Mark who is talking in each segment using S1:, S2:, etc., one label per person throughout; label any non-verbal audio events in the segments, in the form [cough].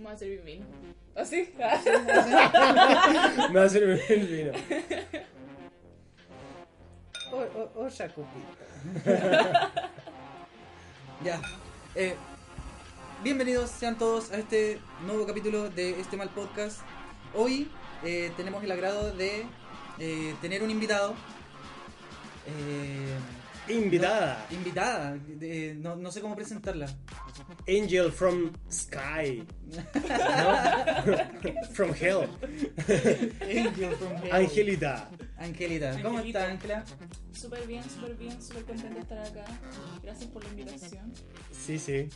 S1: Me va a servir vino. ¿O sí?
S2: Me va a servir el vino.
S3: O, o, otra copita.
S4: [laughs] Ya. Eh, bienvenidos sean todos a este nuevo capítulo de este mal podcast. Hoy eh, tenemos el agrado de eh, tener un invitado. Eh,
S2: Invitada.
S4: invitada. eh, no, no sé cómo presentarla.
S2: Angel from sky. ¿No? [laughs] from hell.
S4: Angel from Hell.
S2: Angelita.
S4: Angelita. ¿Cómo
S1: Angelita.
S4: está, Ángela?
S1: [laughs] Súper bien, súper bien, súper contenta de estar acá. Gracias por la invitación.
S2: Sí, sí.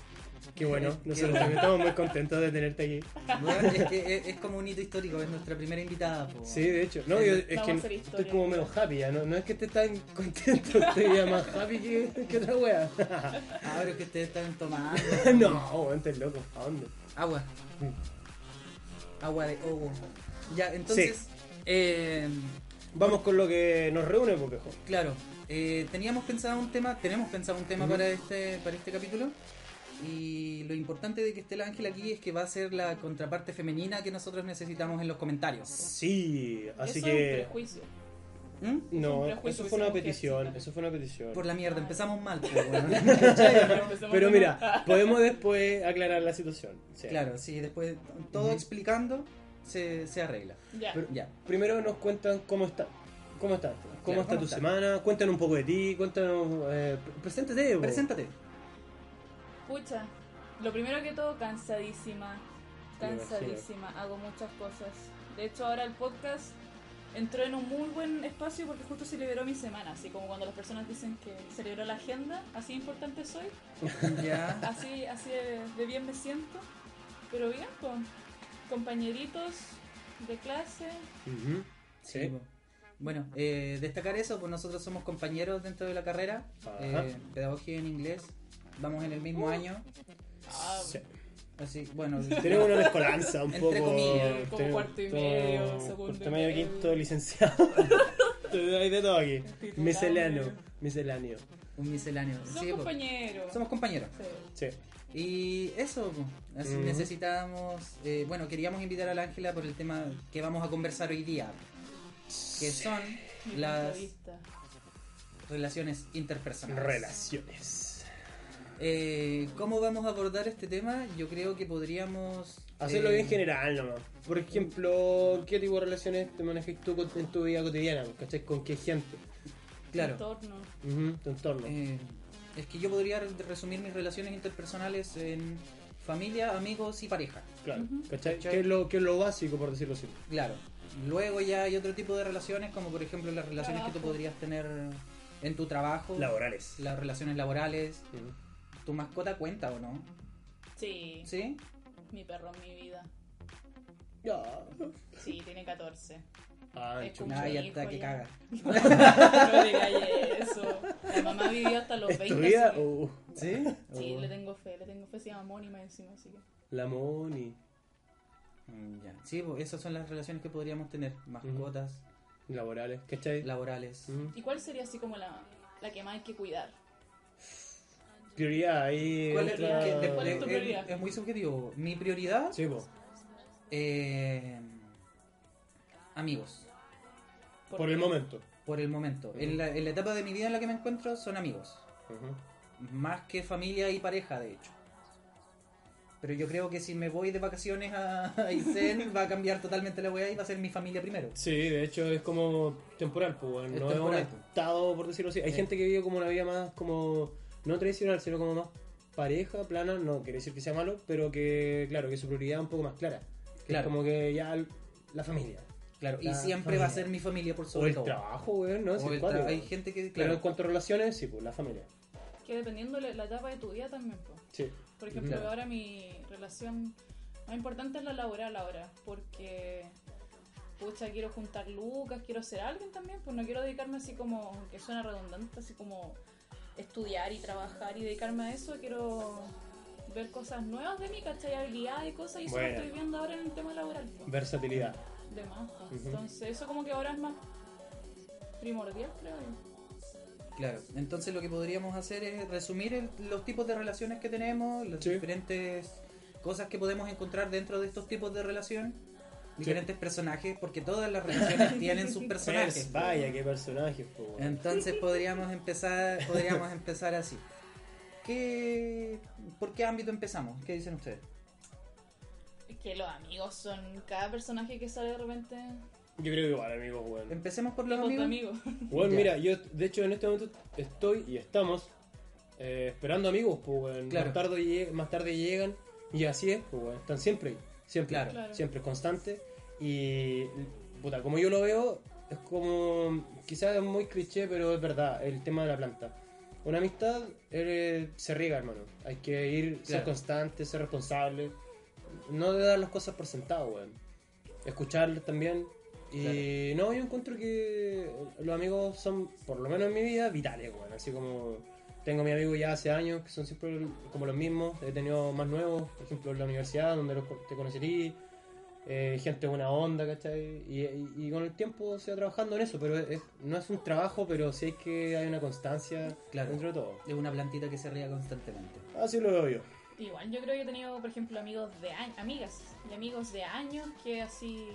S2: Qué bueno. Nosotros también estamos muy contentos de tenerte aquí.
S4: Bueno, es que es, es como un hito histórico, es nuestra primera invitada. po.
S2: Sí, de hecho. No, yo, es
S1: Vamos
S2: que
S1: a hacer
S2: estoy
S1: historia.
S2: como menos happy ya. No, no es que esté tan contento, [laughs] estoy ya más happy que, que otra wea. [laughs]
S4: Ah, pero es que ustedes están tomando
S2: no, antes loco. ¿A dónde?
S4: agua. Agua de ovo. Ya, entonces, eh,
S2: Vamos con lo que nos reúne, pues, Popejo.
S4: claro, eh, teníamos pensado un tema, tenemos pensado un tema
S2: Ujú.
S4: para este para este capítulo. Y lo importante de que esté la Ángela aquí es que va a ser la contraparte femenina que nosotros necesitamos en los comentarios.
S2: Sí,
S1: Eso
S2: así
S1: es un
S2: que. [laughs]
S1: prejuicio.
S4: ¿Mm?
S2: No,
S1: un prejuicio
S2: eso
S1: que
S2: fue una
S1: somos
S2: petición.
S1: jefecitas.
S2: Eso fue una petición.
S4: Por la mierda, empezamos mal. po, weón.
S2: [laughs]
S4: ¿Cachai?
S1: Empecemos
S2: Pero
S1: con-
S2: mira,
S1: [laughs]
S2: podemos después aclarar la situación. Sí.
S4: Claro, sí, después todo
S2: Ujú.
S4: explicando se, se arregla.
S1: Ya.
S2: pero-
S4: Ya.
S2: Primero nos cuentan cómo están. ¿Cómo estás? ¿Cómo
S4: Claro,
S2: está
S4: ¿cómo
S2: tu
S4: estás?
S2: semana? Cuéntanos un poco de ti, cuéntanos... Eh, pre- preséntate, vos.
S4: Preséntate.
S1: Pucha, lo primero que todo, cansadísima.
S2: Me imagino.
S1: Cansadísima, hago muchas cosas. De hecho, ahora el podcast entró en un muy buen espacio porque justo se liberó mi semana. Así como cuando las personas dicen que se liberó la agenda, así importante soy,
S4: Ya.
S1: así, así de, de bien me siento. Pero bien, con compañeritos de clase.
S2: Ujú. Sí.
S4: Sí, po. Bueno, eh, destacar eso, pues nosotros somos compañeros dentro de la carrera,
S2: Ajá.
S4: eh, pedagogía en inglés, vamos en el
S1: Uh.
S4: mismo año,
S1: Ah,
S2: Sí.
S4: así,
S2: [laughs]
S4: bueno,
S2: Tenemos una mezcolanza un
S4: Entre
S2: poco...
S4: comillas,
S1: como
S2: tenemos
S1: cuarto y
S2: todo-
S1: medio, segundo
S2: Cuarto
S1: y
S2: medio,
S1: medio.
S2: quinto, licenciado. [laughs] Te- Hay de todo aquí.
S1: Titulado.
S2: Misceláneo. Misceláneo.
S4: un misceláneo.
S1: Son
S4: Sí, po.
S1: compañeros.
S4: Somos compañeros.
S1: Sí.
S2: Sí.
S4: Y eso, po. así
S2: Ujú.
S4: necesitábamos, eh, bueno, queríamos invitar a la Ángela por el tema que vamos a conversar hoy día, que son
S1: Mi punto
S4: las
S1: de vista.
S4: relaciones interpersonales.
S2: Relaciones.
S4: Eh, ¿Cómo vamos a abordar este tema? Yo creo que podríamos...
S2: Hacerlo
S4: eh,
S2: bien general nomás. Por ejemplo, ¿qué tipo de relaciones te manejas tú con- en tu vida cotidiana? ¿Cachai? ¿Con qué gente?
S4: Claro.
S1: Entorno.
S2: Ujú, tu entorno.
S4: Eh, es que yo podría resumir mis relaciones interpersonales en familia, amigos y pareja.
S2: Claro,
S1: Ujú.
S2: ¿cachai?
S4: ¿Cachai?
S2: ¿Qué es, lo, qué es lo básico, por decirlo así?
S4: Claro. Luego ya hay otro tipo de relaciones, como por ejemplo las relaciones que tú
S1: Trabajo.
S4: podrías tener en tu trabajo,
S2: Laborales.
S4: las relaciones laborales. ¿Tu mascota cuenta o no?
S1: Sí,
S4: ¿Sí?
S1: mi perro, mi vida.
S2: Ya.
S1: Sí, tiene [laughs] 14.
S2: Ah,
S1: Es
S2: chucha.
S1: como-
S4: Ay,
S1: hijo,
S4: hasta que
S1: ya.
S4: caga.
S1: No diga eso. La mamá vivió hasta los
S2: ¿Es tu
S1: 20.
S2: vida?
S1: así que-
S2: [laughs] Uh,
S4: [laughs] ¿Sí?
S1: Sí,
S2: Oh.
S1: le tengo fe, le tengo fe, se llama Moni más encima, así que.
S2: la Moni.
S4: Mm, ya. Sí, pues, esas son las relaciones que podríamos tener. Mascotas,
S2: Laborales, ¿cachai?
S4: laborales.
S2: Mm.
S1: ¿Y cuál sería así como la, la que más hay que cuidar?
S2: Prioridad ahí.
S4: ¿Cuál es,
S2: entra-
S4: que-
S1: ¿Cuál es tu
S4: eh,
S1: prioridad?
S4: es muy subjetivo. Mi prioridad,
S2: Sí, po.
S4: eh, amigos.
S2: Por, el momento.
S4: por el momento. En, la, en la etapa de mi vida en la que me encuentro son amigos,
S2: Ujú.
S4: más que familia y pareja, de hecho. Pero yo creo que si me voy de vacaciones a, a
S2: [laughs]
S4: Aysén va a cambiar totalmente la weá y va a ser mi familia primero.
S2: Sí, de hecho es como temporal, pues, bueno,
S4: Es
S2: no
S4: temporal,
S2: es un
S4: po.
S2: estado, por decirlo así. Hay
S4: Sí.
S2: gente que vive como una vida más como, no tradicional, sino como más pareja, plana, no quiere decir que sea malo, pero que, claro, que su prioridad es un poco más clara. Que
S4: Claro.
S2: Es como que ya l- la familia.
S4: Claro, y
S2: La
S4: siempre va a
S2: familia.
S4: ser mi familia por
S2: o
S4: sobre
S2: el
S4: todo.
S2: trabajo, weón, ¿no?
S4: O
S2: Sí,
S4: el
S2: cuatro,
S4: tra- hay
S2: weón.
S4: gente que,
S2: Pero en
S4: claro,
S2: cuanto a relaciones, sí, pues, la familia.
S1: Que dependiendo de la etapa de tu vida también, po.
S2: Sí.
S1: Por ejemplo,
S4: Claro.
S1: ahora mi relación Lo importante es lo laboral ahora, porque pucha, quiero juntar lucas, quiero ser alguien también, pues no quiero dedicarme así como, que suena redundante, así como estudiar y trabajar y dedicarme a eso, quiero ver cosas nuevas de mí, ¿cachai? Habilidades y cosas, y eso
S2: Bueno.
S1: lo estoy viendo ahora en el tema laboral. pues
S2: Versatilidad.
S1: de más. pues.
S2: Ujú.
S1: Entonces, eso como que ahora es más primordial, creo. yo.
S4: Claro, entonces lo que podríamos hacer es resumir el- los tipos de relaciones que tenemos, las
S2: Sí.
S4: diferentes cosas que podemos encontrar dentro de estos tipos de relación, diferentes personajes, porque todas las relaciones tienen
S2: [laughs]
S4: sus personajes.
S2: Pers- vaya, qué personajes, po, weón.
S4: Entonces podríamos empezar,
S2: [laughs]
S4: podríamos empezar así. ¿Qué, ¿Por qué ámbito empezamos? ¿Qué dicen ustedes?
S1: Es que los amigos son cada personaje que sale de repente.
S2: Yo creo que igual, amigos, weón.
S4: Empecemos por los
S1: Tipos de
S4: amigos.
S1: amigos.
S2: Weón,
S4: Ya.
S2: mira, yo de hecho en este momento estoy y estamos eh, esperando amigos, pues, weón.
S4: Claro.
S2: Más, tarde lleg- más tarde llegan y así es, pues, weón. Están siempre ahí, siempre,
S4: Claro.
S1: Claro.
S2: siempre, constante. Y, puta, como yo lo veo, es como, quizás es muy cliché, pero es verdad, el tema de la planta. Una amistad eh, se riega, hermano. Hay que ir, ser
S4: Claro.
S2: constante, ser responsable. No de dar las cosas por sentado, weón. Escucharles también. Y no, yo encuentro que los amigos son, por lo menos en mi vida, vitales, weón. Así como tengo a mi amigo ya hace años, que son siempre como los mismos. He tenido más nuevos, por ejemplo, en la universidad, donde los, te conocerí. eh, gente buena onda, ¿cachai? Y, y- y con el tiempo se va trabajando en eso, pero es- no es un trabajo, pero sí es que hay una constancia
S4: Claro.
S2: dentro de todo.
S4: Es una plantita que se ría constantemente.
S2: Así lo veo yo.
S1: Igual, yo creo que he tenido, por ejemplo, amigos de años, amigas y amigos de años que así,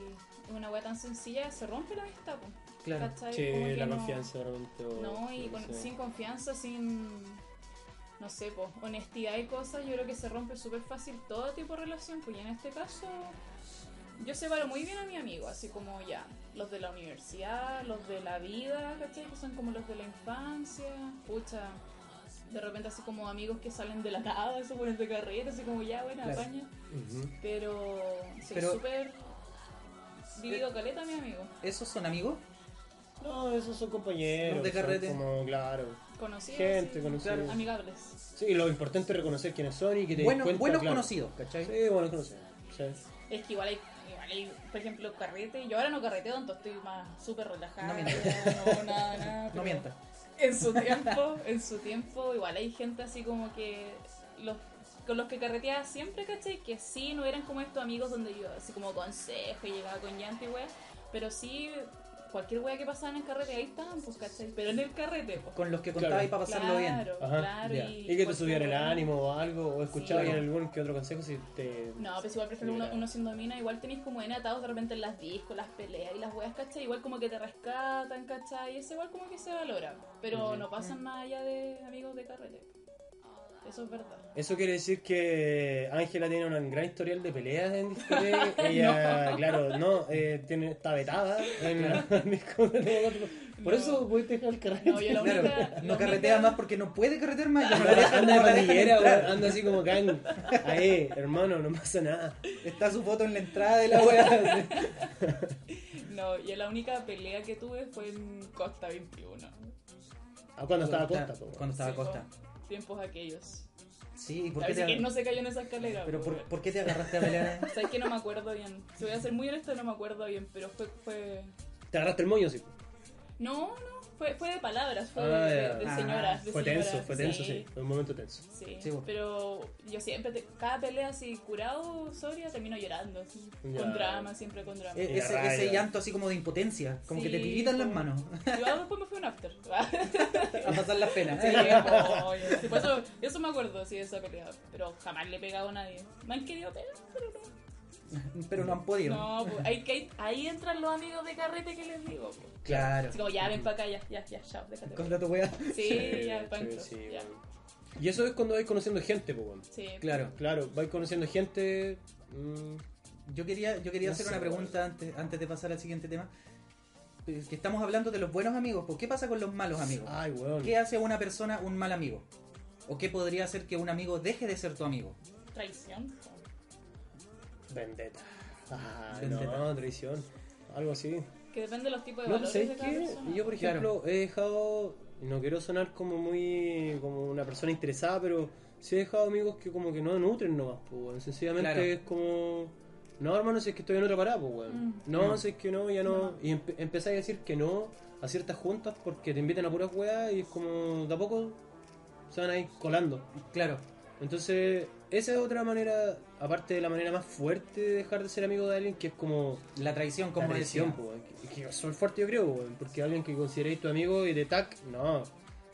S1: una wea tan sencilla, se rompe la amistad, pues.
S4: Claro.
S1: ¿Cachai? Como
S2: Sí,
S1: que
S2: la
S1: no-
S2: confianza realmente.
S1: No, y con- sin confianza, sin. No sé, pues, honestidad y cosas, yo creo que se rompe súper fácil todo tipo de relación, pues, y en este caso. Yo separo muy bien a mi amigo, así como ya, los de la universidad, los de la vida, ¿cachai? Que son como los de la infancia, pucha. De repente, así como amigos que salen de la nada, esos buenos de carrera, así como ya, bueno,
S4: Claro.
S1: apaña. Pero. Soy
S4: Pero- eh,
S1: súper. Vivido caleta, mi amigo.
S4: ¿Esos son amigos?
S2: No, esos son compañeros.
S4: Los de
S2: son
S4: carrete.
S2: como, claro.
S1: Conocidos.
S2: Gente,
S1: sí,
S2: conocidos.
S4: Claro.
S1: Amigables.
S2: Sí, lo importante es reconocer quiénes son y que te
S4: Bueno, ¿eh?
S2: des cuenta,
S4: buenos
S2: claro.
S4: conocidos, ¿cachai?
S2: Sí, buenos conocidos. sí.
S1: Es que igual hay, igual hay, por ejemplo, carrete. Yo ahora no carreteo tanto, estoy más súper relajada.
S4: No
S1: No,
S4: mientas.
S1: nada, nada.
S4: [laughs] No
S1: pero
S4: mientas.
S1: En su tiempo, en su tiempo, igual hay gente así como que los con los que carreteaba siempre, ¿cachai? Que sí, no eran como estos amigos donde yo, así como consejo y llegaba con llanto y wea. Pero sí, cualquier wea que pasaba en el carrete, ahí estaban, pues, ¿cachai? Pero en el carrete, pues.
S4: Con los que
S2: Claro.
S4: contabais para pasarlo bien.
S1: claro,
S2: Ajá,
S1: claro.
S2: ya.
S1: Y,
S2: Y, que te
S1: cualquier
S2: subieran el
S1: wea.
S2: ánimo o algo, o escuchar
S1: Sí.
S2: algún que otro consejo si te...
S1: No, pues pero igual, por ejemplo, uno,
S2: Mira.
S1: uno siendo mina, igual tenéis como en atados de repente en las discos, las peleas y las weas, ¿cachai? Igual como que te rescatan, ¿cachai? Y eso igual como que se valora. Pero no pasan más allá de amigos de carrete. Eso es
S4: [laughs]
S1: verdad.
S2: Eso quiere decir que Ángela tiene un gran historial de peleas en
S1: [laughs]
S2: discoteca. Ella, claro, no, eh, tiene, está vetada en la [laughs] en discoteca. Por eso pudiste dejar el carrete.
S1: No, yo la
S4: Claro,
S1: única.
S4: no
S1: la
S4: carretea
S1: única-
S4: más porque no puede carretear
S2: [laughs]
S4: más. ya no la
S2: Ahora
S4: dejan-
S2: [laughs] anda de
S4: no la dejan
S2: pandillera,
S4: entrar.
S2: weón, anda así como can. Ahí, hermano, no pasa nada.
S4: Está su foto en la entrada de la wea.
S1: No, yo la única pelea que tuve fue en Costa 21.
S2: Ah, cuando estaba Costa, po, weón.
S4: Cuando estaba
S1: Sí,
S4: Costa.
S1: po. Tiempos aquellos.
S4: Sí, ¿y por qué
S1: Parece
S4: te,
S1: que no se cayó en esa escalera.
S4: pero
S1: po,
S4: por,
S1: weón.
S4: por qué te agarraste a pelear?
S1: O sea, es que no me acuerdo bien. Si voy a ser muy honesta, no me acuerdo bien, pero fue. fue...
S2: Te agarraste el moño, sí.
S1: No, no, fue, fue de palabras, fue
S2: Ah,
S1: de,
S2: ya.
S1: de
S4: Ah,
S1: señoras. de
S2: Fue tenso,
S1: señoras,
S2: fue tenso, sí. Fue un momento tenso.
S1: Sí,
S4: Sí, po.
S1: pero yo siempre, te- cada pelea así, curado, Soria, termino llorando. así,
S2: Ya. Eh.
S1: Con drama, siempre con drama.
S4: E-
S2: Y la
S4: ese,
S2: raya.
S4: ese llanto así como de impotencia, como que te
S1: Sí,
S4: tiritan las
S1: po.
S2: [laughs]
S4: manos
S1: [laughs] Yo después me fui a un after. [laughs]
S2: Ah,
S4: a pasar las penas.
S1: Sí, [laughs] como, oye, sí, por eso, eso me acuerdo, sí, de esa pelea. Pero jamás le he pegado a nadie. Me han querido pegar, pero no.
S4: Pero no han podido.
S1: No, pues, hay que, ahí entran los amigos de carrete que les digo. pues.
S4: Claro.
S1: Así como, ya, ven para acá, ya, ya, ya, chao, déjate.
S4: Contra tu wea.
S1: Sí, ya, pancho.
S2: sí,
S1: ya.
S2: weón. Y eso es cuando vais conociendo gente, po, weón.
S1: Sí,
S4: Claro.
S2: Claro, vais conociendo gente. mm,
S4: Yo quería, yo quería
S2: No
S4: hacer
S2: sé,
S4: una
S2: weón.
S4: pregunta antes, antes de pasar al siguiente tema. Eh, Que estamos hablando de los buenos amigos, ¿por qué pasa con los malos amigos?
S2: ay, weón.
S4: ¿Qué hace a una persona un mal amigo? ¿O qué podría hacer que un amigo deje de ser tu amigo?
S1: traición.
S2: Vendetta. Ah,
S4: Vendetta.
S2: no, traición. Algo así.
S1: Que depende de los tipos de
S2: No,
S1: valores
S2: pues, ¿sabes
S1: de cada
S2: qué?
S1: persona.
S2: Yo, por
S4: Claro.
S2: ejemplo, he dejado. No quiero sonar como muy. como una persona interesada, pero sí he dejado amigos que como que no nutren nomás, pues, weón. Sencillamente
S4: Claro.
S2: es como... No, hermano, si es que estoy en otra parada, pues, weón.
S1: Mm.
S2: No,
S4: No.
S2: si es que no, ya no. Y empe- empezáis a decir que no a ciertas juntas porque te invitan a puras weas y es como... De a poco se van a ir colando.
S4: Claro,
S2: Entonces, esa es otra manera, aparte de la manera más fuerte de dejar de ser amigo de alguien, que es como
S4: la traición, como
S2: la traición,
S4: decía.
S2: po, weón. Que- Que soy fuerte, yo creo, po, weón, porque alguien que consideréis tu amigo y de tac, no,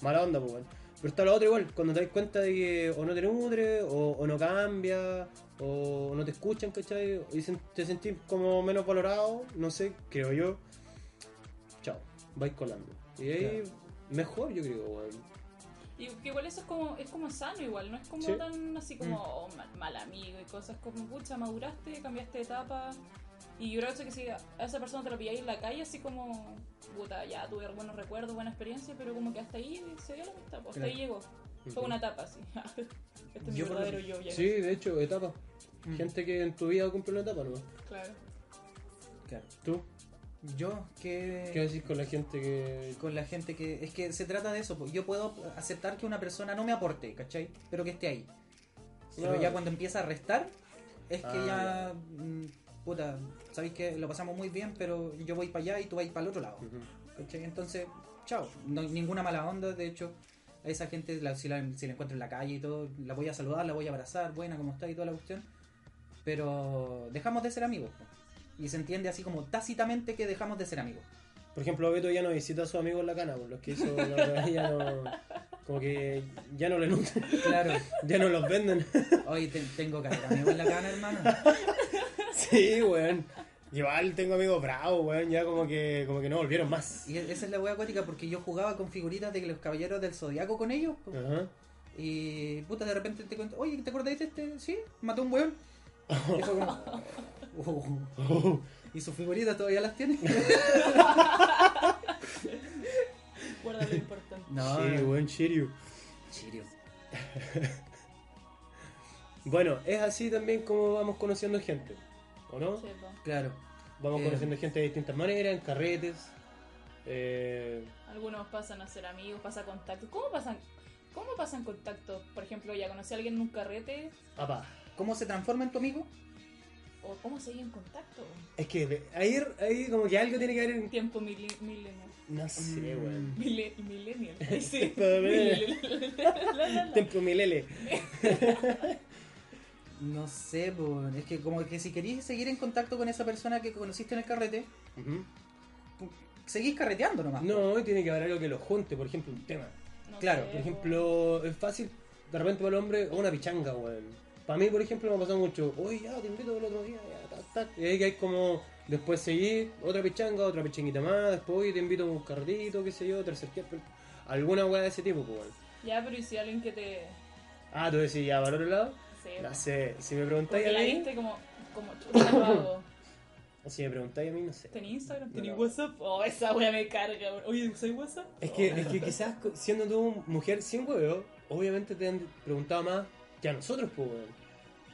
S2: mala onda, po, weón. Pero está lo otro igual, cuando te das cuenta de que o no te nutre, o, o no cambia, o no te escuchan, ¿cachai? Y sen- te sentís como menos valorado, no sé, creo yo. Chao, vais colando. Y ahí, mejor, yo creo, weón.
S1: Y que igual eso es como, es como sano igual, no es como
S2: Sí. Mm.
S1: tan así como oh, mal, mal amigo y cosas como, pucha, maduraste, cambiaste de etapa. Y yo creo que si a esa persona te lo pilláis en la calle, así como, puta, ya tuve buenos recuerdos, buena experiencia, pero como que hasta ahí se dio la amistad, pues, hasta ahí llegó. Fue
S2: Ujú.
S1: una etapa, así. [laughs] este es mi
S4: Yo por lo
S1: verdadero yo, ya.
S2: Sí, de hecho, etapa.
S4: Mm.
S2: Gente que en tu vida cumple una etapa, ¿no?
S1: Claro.
S4: Claro.
S2: ¿Tú?
S4: Yo, que...
S2: ¿Qué decís con la gente que...
S4: con la gente que. Es que se trata de eso. po. Yo puedo aceptar que una persona no me aporte, ¿cachai? Pero que esté ahí. Pero
S2: Claro.
S4: ya cuando empieza a restar, es que
S2: Ah,
S4: ya. mm, Puta, sabéis que lo pasamos muy bien, pero yo voy para allá y tú vais para el otro lado.
S2: Ujú.
S4: ¿cachai? Entonces, chao. No hay ninguna mala onda, de hecho. A esa gente, la- si, la, si la encuentro en la calle y todo, la voy a saludar, la voy a abrazar, buena, como está y toda la cuestión. Pero dejamos de ser amigos. po. Y se entiende así como tácitamente que dejamos de ser amigos.
S2: Por ejemplo, Beto ya no visita a sus amigos en la cana, por los que hizo la otra vez, ya no... Como que ya no le nutren,
S4: Claro.
S2: [laughs] ya no los venden. [laughs]
S4: Hoy te- tengo que haber amigo en la cana, hermano.
S2: sí, weón. Igual tengo amigos bravos, weón, ya como que, como que no volvieron más.
S4: Y e- esa es la wea acuática porque yo jugaba con figuritas de los caballeros del zodiaco con ellos. po.
S2: Ajá.
S4: Y puta, de repente te cuento, oye, ¿te acordáis de este? Sí, mató a un weón. Y fue como, [laughs] "Oh". Y sus figuritas todavía las
S2: [laughs]
S4: tiene.
S1: Guarda
S2: [laughs]
S1: lo importante.
S4: No, eh.
S2: Sí, weón, Shiryu.
S4: Chirio.
S2: Bueno, es así también como vamos conociendo gente, ¿o no?
S1: Sí, po.
S4: Claro.
S2: Vamos
S4: Eh.
S2: conociendo gente de distintas maneras, en carretes. Eh,
S1: Algunos pasan a ser amigos, pasa contacto. ¿Cómo pasan, cómo pasan contactos? Por ejemplo, ya conocí a alguien en un carrete,
S2: apá.
S4: ¿Cómo se transforma en tu amigo?
S1: o cómo seguí en contacto.
S2: Es que de- ahí, ahí como que algo tiene que haber en...
S1: Tiempo mili- milenio.
S2: No sé,
S4: Mm.
S2: weón.
S1: Mile- Millennial.
S4: [laughs]
S1: Ahí Sí.
S2: Todo bien.
S1: Millennial. La, la, la.
S2: Templo Milele.
S4: No sé, po. es que como que si querís seguir en contacto con esa persona que conociste en el carrete, pu- seguís carreteando nomás. po.
S2: No, tiene que haber algo que lo junte, por ejemplo, un tema.
S1: No
S4: Claro,
S1: sé,
S2: Por ejemplo, es fácil, de repente para el hombre, o una pichanga, weón. Para mí, por ejemplo, me ha pasado mucho, oye, ya, te invito el otro día, ya, tac, tac. Y ahí que hay como, después seguir, otra pichanga, otra pichanguita más, después oye, te invito a un carrito, qué sé yo, tercer tiempo. Alguna weá de ese tipo, pues, weón.
S1: po. Ya, pero ¿y si alguien que te.
S2: Ah, tú decís, ya, para otro lado.
S1: se-
S2: No sé, si me
S1: como
S2: preguntáis
S1: que
S2: a
S1: la
S2: mí,
S1: viste como. como chuta, lo
S4: [coughs]
S1: hago.
S2: si me preguntáis a mí, no sé.
S1: ¿Tenés Instagram?
S2: No,
S1: ¿Tenés
S2: no.
S1: WhatsApp? Oh, esa wea me carga, bro. Oye, ¿usas WhatsApp?
S4: Eh,
S2: Es que, es que quizás co- siendo tú mujer sin huevo, obviamente te han preguntado más que a nosotros, pues, weón.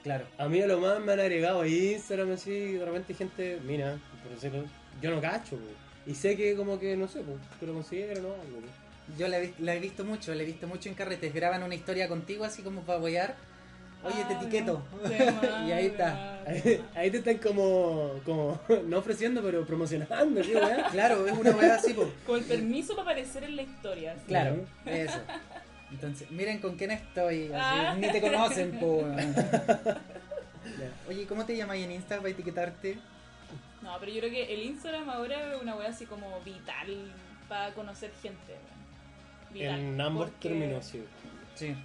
S4: Claro.
S2: A mí a lo más me han agregado a Instagram así, y de repente gente, mira, por decirlo, yo no cacho, pues. Y sé que como que, no sé, pues, tú lo consideras o no, algo, pues.
S4: Yo la, he vis- la he visto mucho, la he visto mucho en carretes. Graban una historia contigo así como para boyar. Oye, te
S1: Ah,
S4: etiqueto.
S1: no.
S4: [laughs]
S1: De más,
S4: Y ahí
S1: de
S4: está.
S1: más, de
S2: Ahí,
S1: más.
S2: ahí te están como, como, [laughs] no ofreciendo, pero promocionando, ¿sí, weón?
S1: [laughs]
S4: Claro, es una weá así, po.
S1: Con el permiso para aparecer en la historia. así.
S4: Claro, eso. Entonces, miren con quién estoy. así,
S1: Ah.
S4: Ni te conocen,
S1: [laughs]
S4: po. weón. Ya. Oye, ¿cómo te llamáis en Insta para etiquetarte?
S1: No, pero yo creo que el Instagram ahora es una wea así como vital para conocer gente, weón. Vital.
S2: En ambos
S1: porque-
S2: términos, sí.
S4: Sí.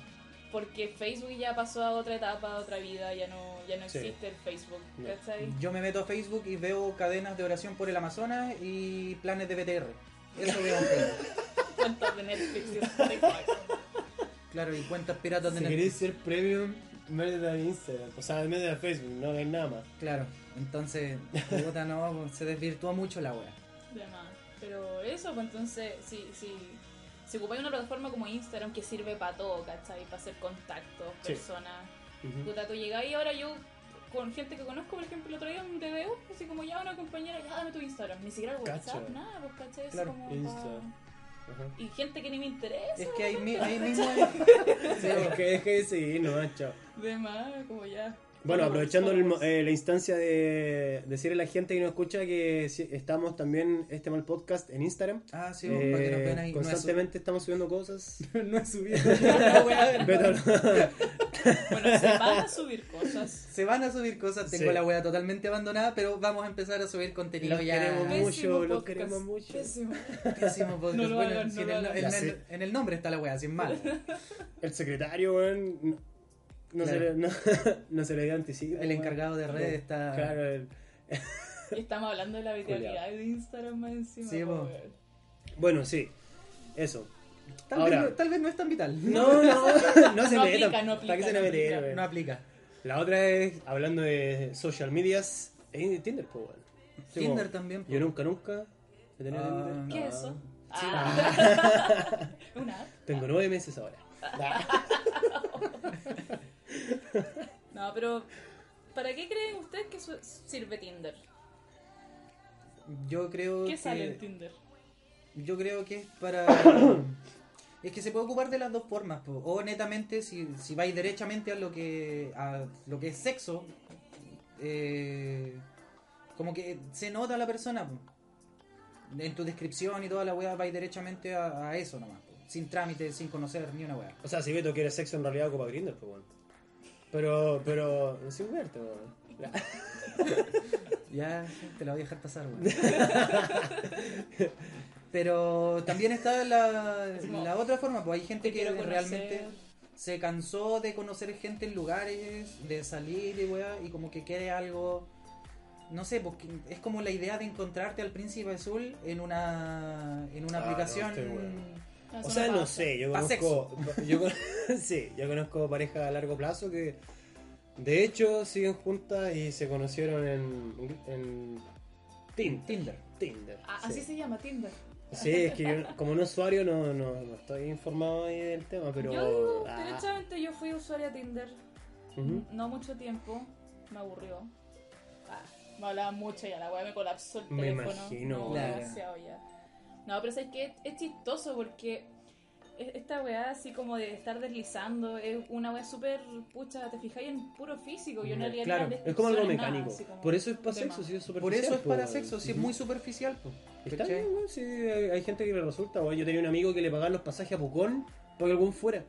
S1: Porque Facebook ya pasó a otra etapa, a otra vida, ya no, ya no
S2: Sí.
S1: existe el Facebook,
S2: No.
S1: ¿cachai?
S4: Yo me meto a Facebook y veo cadenas de oración por el Amazonas y planes de BTR. Eso veo
S1: [laughs]
S4: en Facebook.
S1: Cuentas de Netflix y Spotify.
S4: Claro, y cuentas piratas de
S2: Si
S4: Netflix.
S2: queréis ser premium, métete a Instagram, o sea, métete a Facebook, no hagáis nada más.
S4: Claro, entonces, puta, no, se desvirtúa mucho la weá.
S1: De más. Pero eso, pues entonces, si, si, si ocupáis una plataforma como Instagram que sirve para todo, ¿cachai? Para hacer contactos,
S2: Sí. Mm.
S1: personas.
S2: Ujú.
S1: Puta, tú llegáis y ahora yo, con gente que conozco, por ejemplo, el otro día un DBU, así como ya una compañera, ya dame tu Instagram, ni siquiera el
S2: Cacha.
S1: WhatsApp, nada, pues, ¿cachai? Así
S4: Claro,
S1: como
S2: Insta.
S1: pa-
S2: Ajá.
S1: y gente que ni me interesa.
S4: Es que ahí, mi-
S1: [laughs]
S4: ahí mismo hay- Sí,
S2: Es que deje de seguir, no, chao.
S1: De más, como ya.
S2: Bueno, aprovechando el mo-
S1: Somos-
S2: eh, la instancia de decirle a la gente que nos escucha que si- estamos también este mal podcast en Instagram.
S4: Ah, sí,
S2: Eh,
S4: para que nos vean ahí. No es su-
S2: constantemente estamos subiendo cosas.
S4: [laughs] No es subido. [laughs]
S2: Vete a-
S1: Bueno, se van a subir cosas.
S4: Se van a subir cosas, tengo
S2: Sí.
S4: la wea totalmente abandonada, pero vamos a empezar a subir contenido
S2: Los
S4: ya.
S2: queremos
S4: [laughs]
S2: mucho.
S1: Pésimo
S2: lo
S1: podcast,
S2: queremos mucho.
S1: pésimo.
S4: Pésimo podcast.
S1: No lo
S4: Bueno,
S1: hagan, no
S4: si en,
S1: lo
S4: el,
S1: hagan.
S4: en
S2: Ya
S4: el-
S2: sé.
S4: en el nombre está la wea,
S1: [laughs]
S4: sin mal.
S2: el secretario, weón, no, no se
S4: Claro.
S2: le, no, no [laughs] se le dio anticipo.
S4: El
S2: weón.
S4: encargado de redes está.
S2: Claro, el-
S1: Y estamos hablando de la viralidad de Instagram más encima.
S4: Sí,
S1: po,
S4: po.
S1: weón.
S2: Bueno, sí. Eso.
S4: Tal,
S2: Ahora.
S4: vez, no- tal vez no es tan vital.
S2: [laughs] No, no, no se
S1: No
S2: metan.
S1: aplica, no aplica,
S2: ¿Para qué se
S1: no
S2: meten,
S1: aplica,
S2: weón?
S4: No aplica.
S2: La otra es, hablando de social medias, es Tinder, pues, weón. Sí,
S4: Tinder
S2: po.
S4: también, pues. po.
S2: Yo nunca, nunca he tenido
S4: Ah.
S2: Tinder.
S1: ¿Qué
S4: Ah.
S1: es eso? Ah.
S2: [laughs]
S1: Una app.
S2: Tengo nueve
S4: [laughs]
S2: meses ahora.
S1: No, pero ¿para qué creen ustedes que su- sirve Tinder?
S4: Yo creo
S1: ¿Qué
S4: que.
S1: sale en Tinder?
S4: Yo creo que es para. es que se puede ocupar de las dos formas. po. O netamente, si, si vais derechamente a lo que. a lo que es sexo. eh, como que se nota la persona. po. En tu descripción y toda la weá vais derechamente a, a eso nomás. po. Sin trámite, sin conocer ni una weá.
S2: O sea, si Beto quiere sexo en realidad ocupa Grindr, pues, weón. Pero, pero, no sin verte, weón.
S4: Ya te la voy a dejar pasar, weón. [laughs] Pero también está la,
S1: como,
S4: la otra forma, pues hay gente
S1: Te
S4: que
S1: quiero conocer.
S4: realmente se cansó de conocer gente en lugares, de salir y weá, y como que quiere algo. No sé, porque es como la idea de encontrarte al príncipe azul en una, en una
S2: Ah, no,
S4: aplicación.
S2: este weón.
S1: Ah,
S2: O
S1: eso
S2: sea, no
S1: pasa.
S2: sé, yo
S4: Pa'
S2: conozco. [laughs] Yo, con- sí, yo conozco parejas a largo plazo que de hecho siguen juntas y se conocieron en, en Tinder.
S4: Tinder.
S2: Tinder.
S1: Ah,
S2: sí.
S1: Así se llama Tinder.
S2: Sí, es que yo como un usuario no, no, no estoy informado ahí del tema, pero.
S1: Yo digo,
S2: ah,
S1: derechamente yo fui usuaria Tinder.
S2: ujú.
S1: No mucho tiempo. Me aburrió. Ah, me hablaba mucho y a la weá me colapsó el
S2: Me
S1: teléfono.
S2: imagino,
S1: No,
S4: claro.
S1: demasiado ya. No, pero es que es, es chistoso porque e- esta weá así como de estar deslizando es una weá súper pucha, te fijáis en puro físico. Yo no
S2: Mm,
S1: leía
S4: claro,
S1: nada de
S2: Es como algo
S1: descripciones, nada,
S2: mecánico.
S1: así como
S2: Por eso es para
S1: de
S2: sexo,
S1: más.
S2: si es
S4: Por eso es
S2: superficial,
S4: para
S2: po,
S4: sexo, si es
S2: ujú.
S4: muy superficial, pues.
S2: Está bien, weón, sí, hay, hay gente que le resulta, weón. Yo tenía un amigo que le pagaban los pasajes a Pucón para que el weón fuera.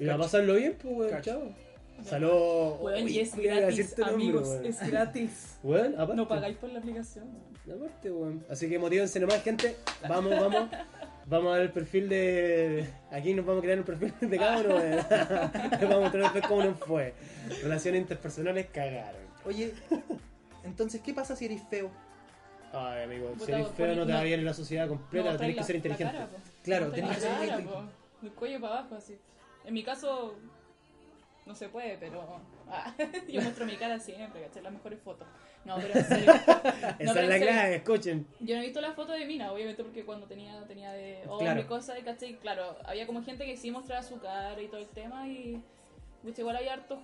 S2: Y la
S4: Cacho.
S2: pasarlo bien, pues, weón,
S4: Cacho.
S2: chao. Saló.
S1: Weón, y
S2: Uy,
S1: es
S2: voy a
S1: gratis,
S2: decirte nombre,
S1: amigos,
S2: weón.
S1: es
S2: [laughs]
S1: gratis.
S2: Weón, aparte.
S1: No pagáis por la aplicación. weón.
S2: Aparte, weón. Así que motívense nomás, gente. Vamos, vamos. Vamos a ver el perfil de. Aquí nos vamos a crear un perfil de cada uno, weón. [laughs] Les vamos a mostrar después cómo nos fue. Relaciones interpersonales cagaron. [laughs]
S4: Oye, entonces, ¿qué pasa si eres feo?
S2: Ay, amigo,
S1: Puta,
S2: si eres
S1: vos
S2: feo
S1: pones-
S2: no te va
S1: no-
S2: bien en la sociedad completa,
S1: No,
S2: tenés que
S1: traes
S2: ser
S1: la- la
S2: inteligente.
S1: cara, po.
S4: Claro,
S1: No
S4: tenés que
S1: traes
S4: ser
S1: la cara,
S4: inteligente.
S1: po. Del cuello para abajo, así. En mi caso, no se puede, pero. ah, [laughs] yo muestro mi cara siempre, ¿cachai? Las mejores fotos. No, pero en serio. No,
S2: Esa
S1: pero
S2: es
S1: en
S2: la
S1: serio.
S2: clave, escuchen.
S1: Yo no he visto la foto de Mina, obviamente, porque cuando tenía, tenía de hombre
S4: Claro.
S1: y cosas, ¿cachai? Claro, había como gente que sí mostraba su cara y todo el tema y. pucha, igual había hartos.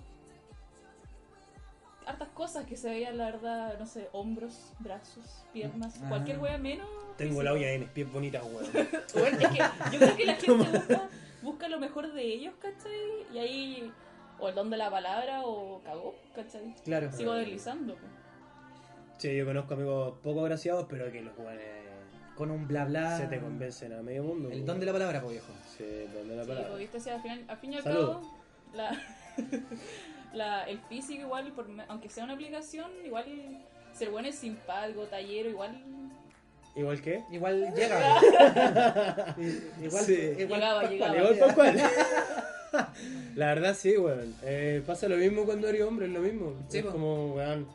S1: hartas cosas que se veían, la verdad, no sé, hombros, brazos, piernas,
S4: Ah.
S1: cualquier wea menos.
S2: Tengo
S1: físico.
S2: la olla de mis pies bonitas,
S1: [laughs]
S2: weón.
S1: Bueno, es que yo creo que la gente busca, busca lo mejor de ellos, ¿cachai? Y ahí, o el don de la palabra, o cagó, ¿cachai?
S4: Claro.
S1: Sigo deslizando. po.
S2: Sí, yo conozco amigos poco graciados, pero que los weones
S4: Con un bla bla.
S2: se te convencen a medio mundo.
S4: El
S2: weón.
S4: don de la palabra, po viejo.
S2: Sí, el don de la
S1: Sí, po,
S2: palabra.
S1: viste, o sea, al, final, al fin y al
S2: Saludo.
S1: cabo, la, [laughs] la- el físico igual, por me- aunque sea una aplicación, igual ser bueno es simpático, tallero, igual
S2: Igual que.
S4: Igual
S2: [laughs]
S4: llega. igual
S2: Sí.
S4: igual
S1: Llegaba,
S4: Pascual,
S1: llegaba.
S2: Igual por cual. La verdad sí, weón. Eh, pasa lo mismo cuando eres hombre, es lo mismo.
S4: Sí,
S2: es
S4: po.
S2: como, weón.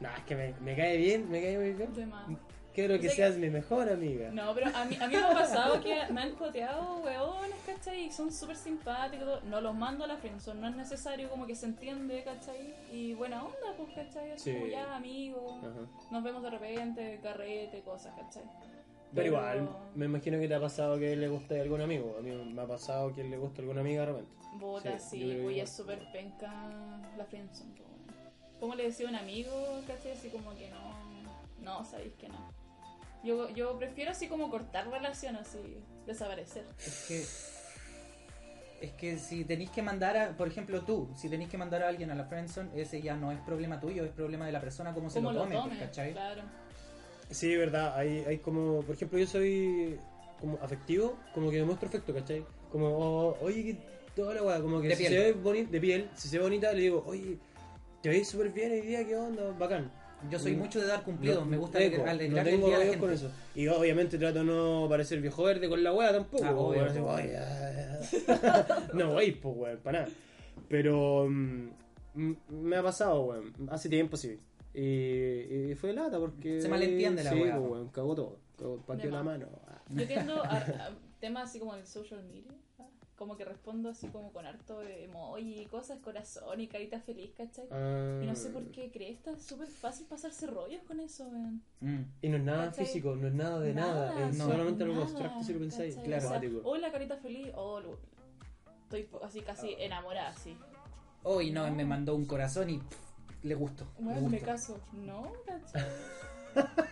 S2: Nah, es que me, me cae bien, me cae muy bien.
S1: de más.
S2: Quiero que
S1: Dice que-
S2: seas mi mejor amiga.
S1: No, pero a mí, a mí me ha pasado que me han joteado hueones, ¿cachai? Y son súper simpáticos, todo. no los mando a la friendzone, no es necesario, como que se entiende, ¿cachai? Y buena onda, pues, ¿cachai? Así
S2: Sí. Ah.
S1: como ya, amigos,
S2: Ajá.
S1: nos vemos de repente, carrete, cosas, ¿cachai?
S2: Pero igual, me imagino que te ha pasado que le gusta a algún amigo. A mí me ha pasado que le gusta a alguna amiga de repente.
S1: Bota,
S2: Sí,
S1: sí,
S2: yo creo que
S1: pues, y
S2: igual.
S1: es súper penca la friendzone, pues, bueno. Como le decía a un amigo, ¿cachai? Así como que no, no, sabéis que no. Yo, yo prefiero así como cortar relaciones y desaparecer.
S4: Es que. Es que si tenéis que mandar a. Por ejemplo, tú, si tenéis que mandar a alguien a la Friendzone, ese ya no es problema tuyo, es problema de la persona, cómo se
S1: Como
S4: lo
S1: lo
S4: tome,
S2: pues,
S1: tomen,
S4: ¿cachai?
S1: claro.
S2: Sí, verdad, hay, hay como, por ejemplo, yo soy como afectivo, como que demuestro afecto, ¿cachai? Como, oh, oye, que toda la weá, como que
S4: De
S2: si
S4: piel.
S2: se ve bonita, de piel, si se ve bonita, le digo, oye, te veis súper bien hoy día, qué onda, bacán.
S4: Yo soy
S2: No-
S4: mucho de dar cumplidos, me gusta
S2: eco,
S4: alegrar-
S2: Mm. no
S4: alegrar el
S2: tengo
S4: día a la
S2: rollos
S4: gente.
S2: con eso. Y obviamente trato de no parecer viejo verde con la weá tampoco.
S4: Ah,
S2: po,
S4: obvio,
S2: weón.
S4: obvio.
S2: Ay, ay, ay. [laughs] no voy, pues weón, para nada. Pero mm, mm, me ha pasado, weón, hace tiempo sí. Y, y fue lata porque.
S4: Se malentiende la
S2: sí,
S4: weá,
S2: po,
S4: po.
S2: weón, cagó todo. Cagó, partió
S1: De
S2: la
S1: más.
S2: mano. Ah.
S1: Yo tiendo a, a temas así como del social media. ah, Como que respondo así como con harto emoji y cosas, corazón y carita feliz, ¿cachai?
S2: Ah.
S1: Y no sé por qué crees que es súper fácil pasarse rollos con eso, weón.
S4: Mm.
S2: Y no es nada
S1: ¿Cachai?
S2: físico, no es nada de nada. es
S4: no,
S2: solamente algo
S1: nada,
S2: abstracto si lo pensáis.
S1: ¿cachai?
S4: claro.
S1: O sea,
S2: Acuático.
S1: o la carita feliz, o lo- estoy po- así casi enamorada, así.
S4: Hoy no, me mandó un corazón y pff, le gustó.
S1: Weón,
S4: le
S1: me
S4: gustó.
S1: caso. No,
S2: [laughs]
S1: ¿cachai?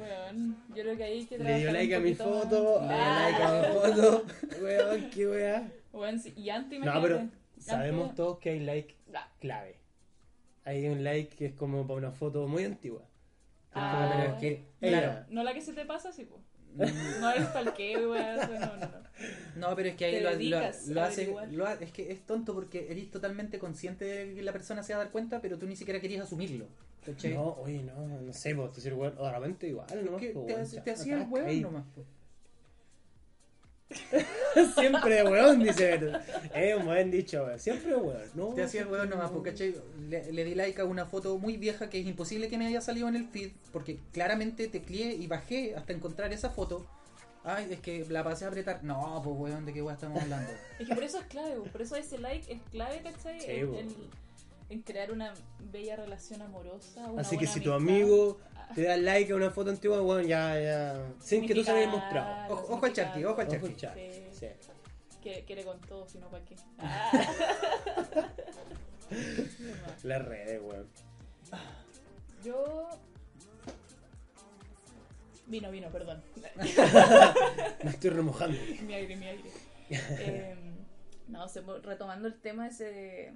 S1: Weón, yo creo que ahí hay que
S2: Le dio
S1: trabajar
S2: like
S1: un
S2: a mi
S1: poquito más.
S2: foto.
S4: Le
S2: Le
S4: dio
S1: Ah,
S4: like a mi foto.
S2: Weón, qué weá.
S1: Weón, sí, y antes
S2: No, pero
S1: imagínate,
S2: sabemos
S1: antes-
S2: todos que hay like
S1: Ah,
S2: clave. Hay un like que es como para una foto muy antigua.
S4: Ah, pero es
S1: [laughs]
S4: que.
S2: Claro.
S1: No la que se te pasa, sí, pues. No el palqueo, weón. eso No, no, no.
S4: No, pero es que ahí
S1: Te
S4: lo, lo,
S1: dedicas
S4: lo
S1: a
S4: hace.
S1: averiguar.
S4: lo ha- es que es tonto porque eres totalmente consciente de que la persona se va a dar cuenta, pero tú ni siquiera querías asumirlo. ¿Cachai?
S2: No, oye, no, no sé, vos decir, weón, o de repente igual, ¿no?
S4: Que
S2: po,
S4: te,
S2: weón,
S4: hace-
S2: ya,
S4: te hacía el
S2: acá,
S4: huevo
S2: ahí.
S4: nomás.
S2: [laughs] Siempre weón, dice. Beto. Es un buen dicho, weón. Siempre weón. No,
S4: Te hacía el huevo
S2: siempre
S4: nomás, pues, ¿cachai? Le, le di like a una foto muy vieja que es imposible que me haya salido en el feed, porque claramente tecleé y bajé hasta encontrar esa foto. Ay, es que la pasé a apretar. No, pues, weón, ¿de qué weón estamos hablando?
S1: Es que por eso es clave, po, por eso ese like es clave, ¿cachai?
S2: Sí,
S1: en,
S2: po.
S1: en- en crear una bella relación amorosa. una
S2: Así que
S1: buena
S2: si tu
S1: amistad.
S2: amigo te da like a una foto antigua, weón, ya, ya. Sin que tú se lo hayas
S1: Significa-
S2: mostrado.
S4: Ojo- ojo al charqui, ojo al
S2: Ojo
S4: charqui.
S2: el chat.
S1: Sí.
S2: Sí.
S1: Que, que le contó, si no, ¿para qué? Ah.
S2: Las redes, weón. [laughs]
S1: Yo. Vino, vino, perdón.
S2: Me estoy remojando.
S1: mi aire, mi aire. Em, no, se- retomando el tema ese de.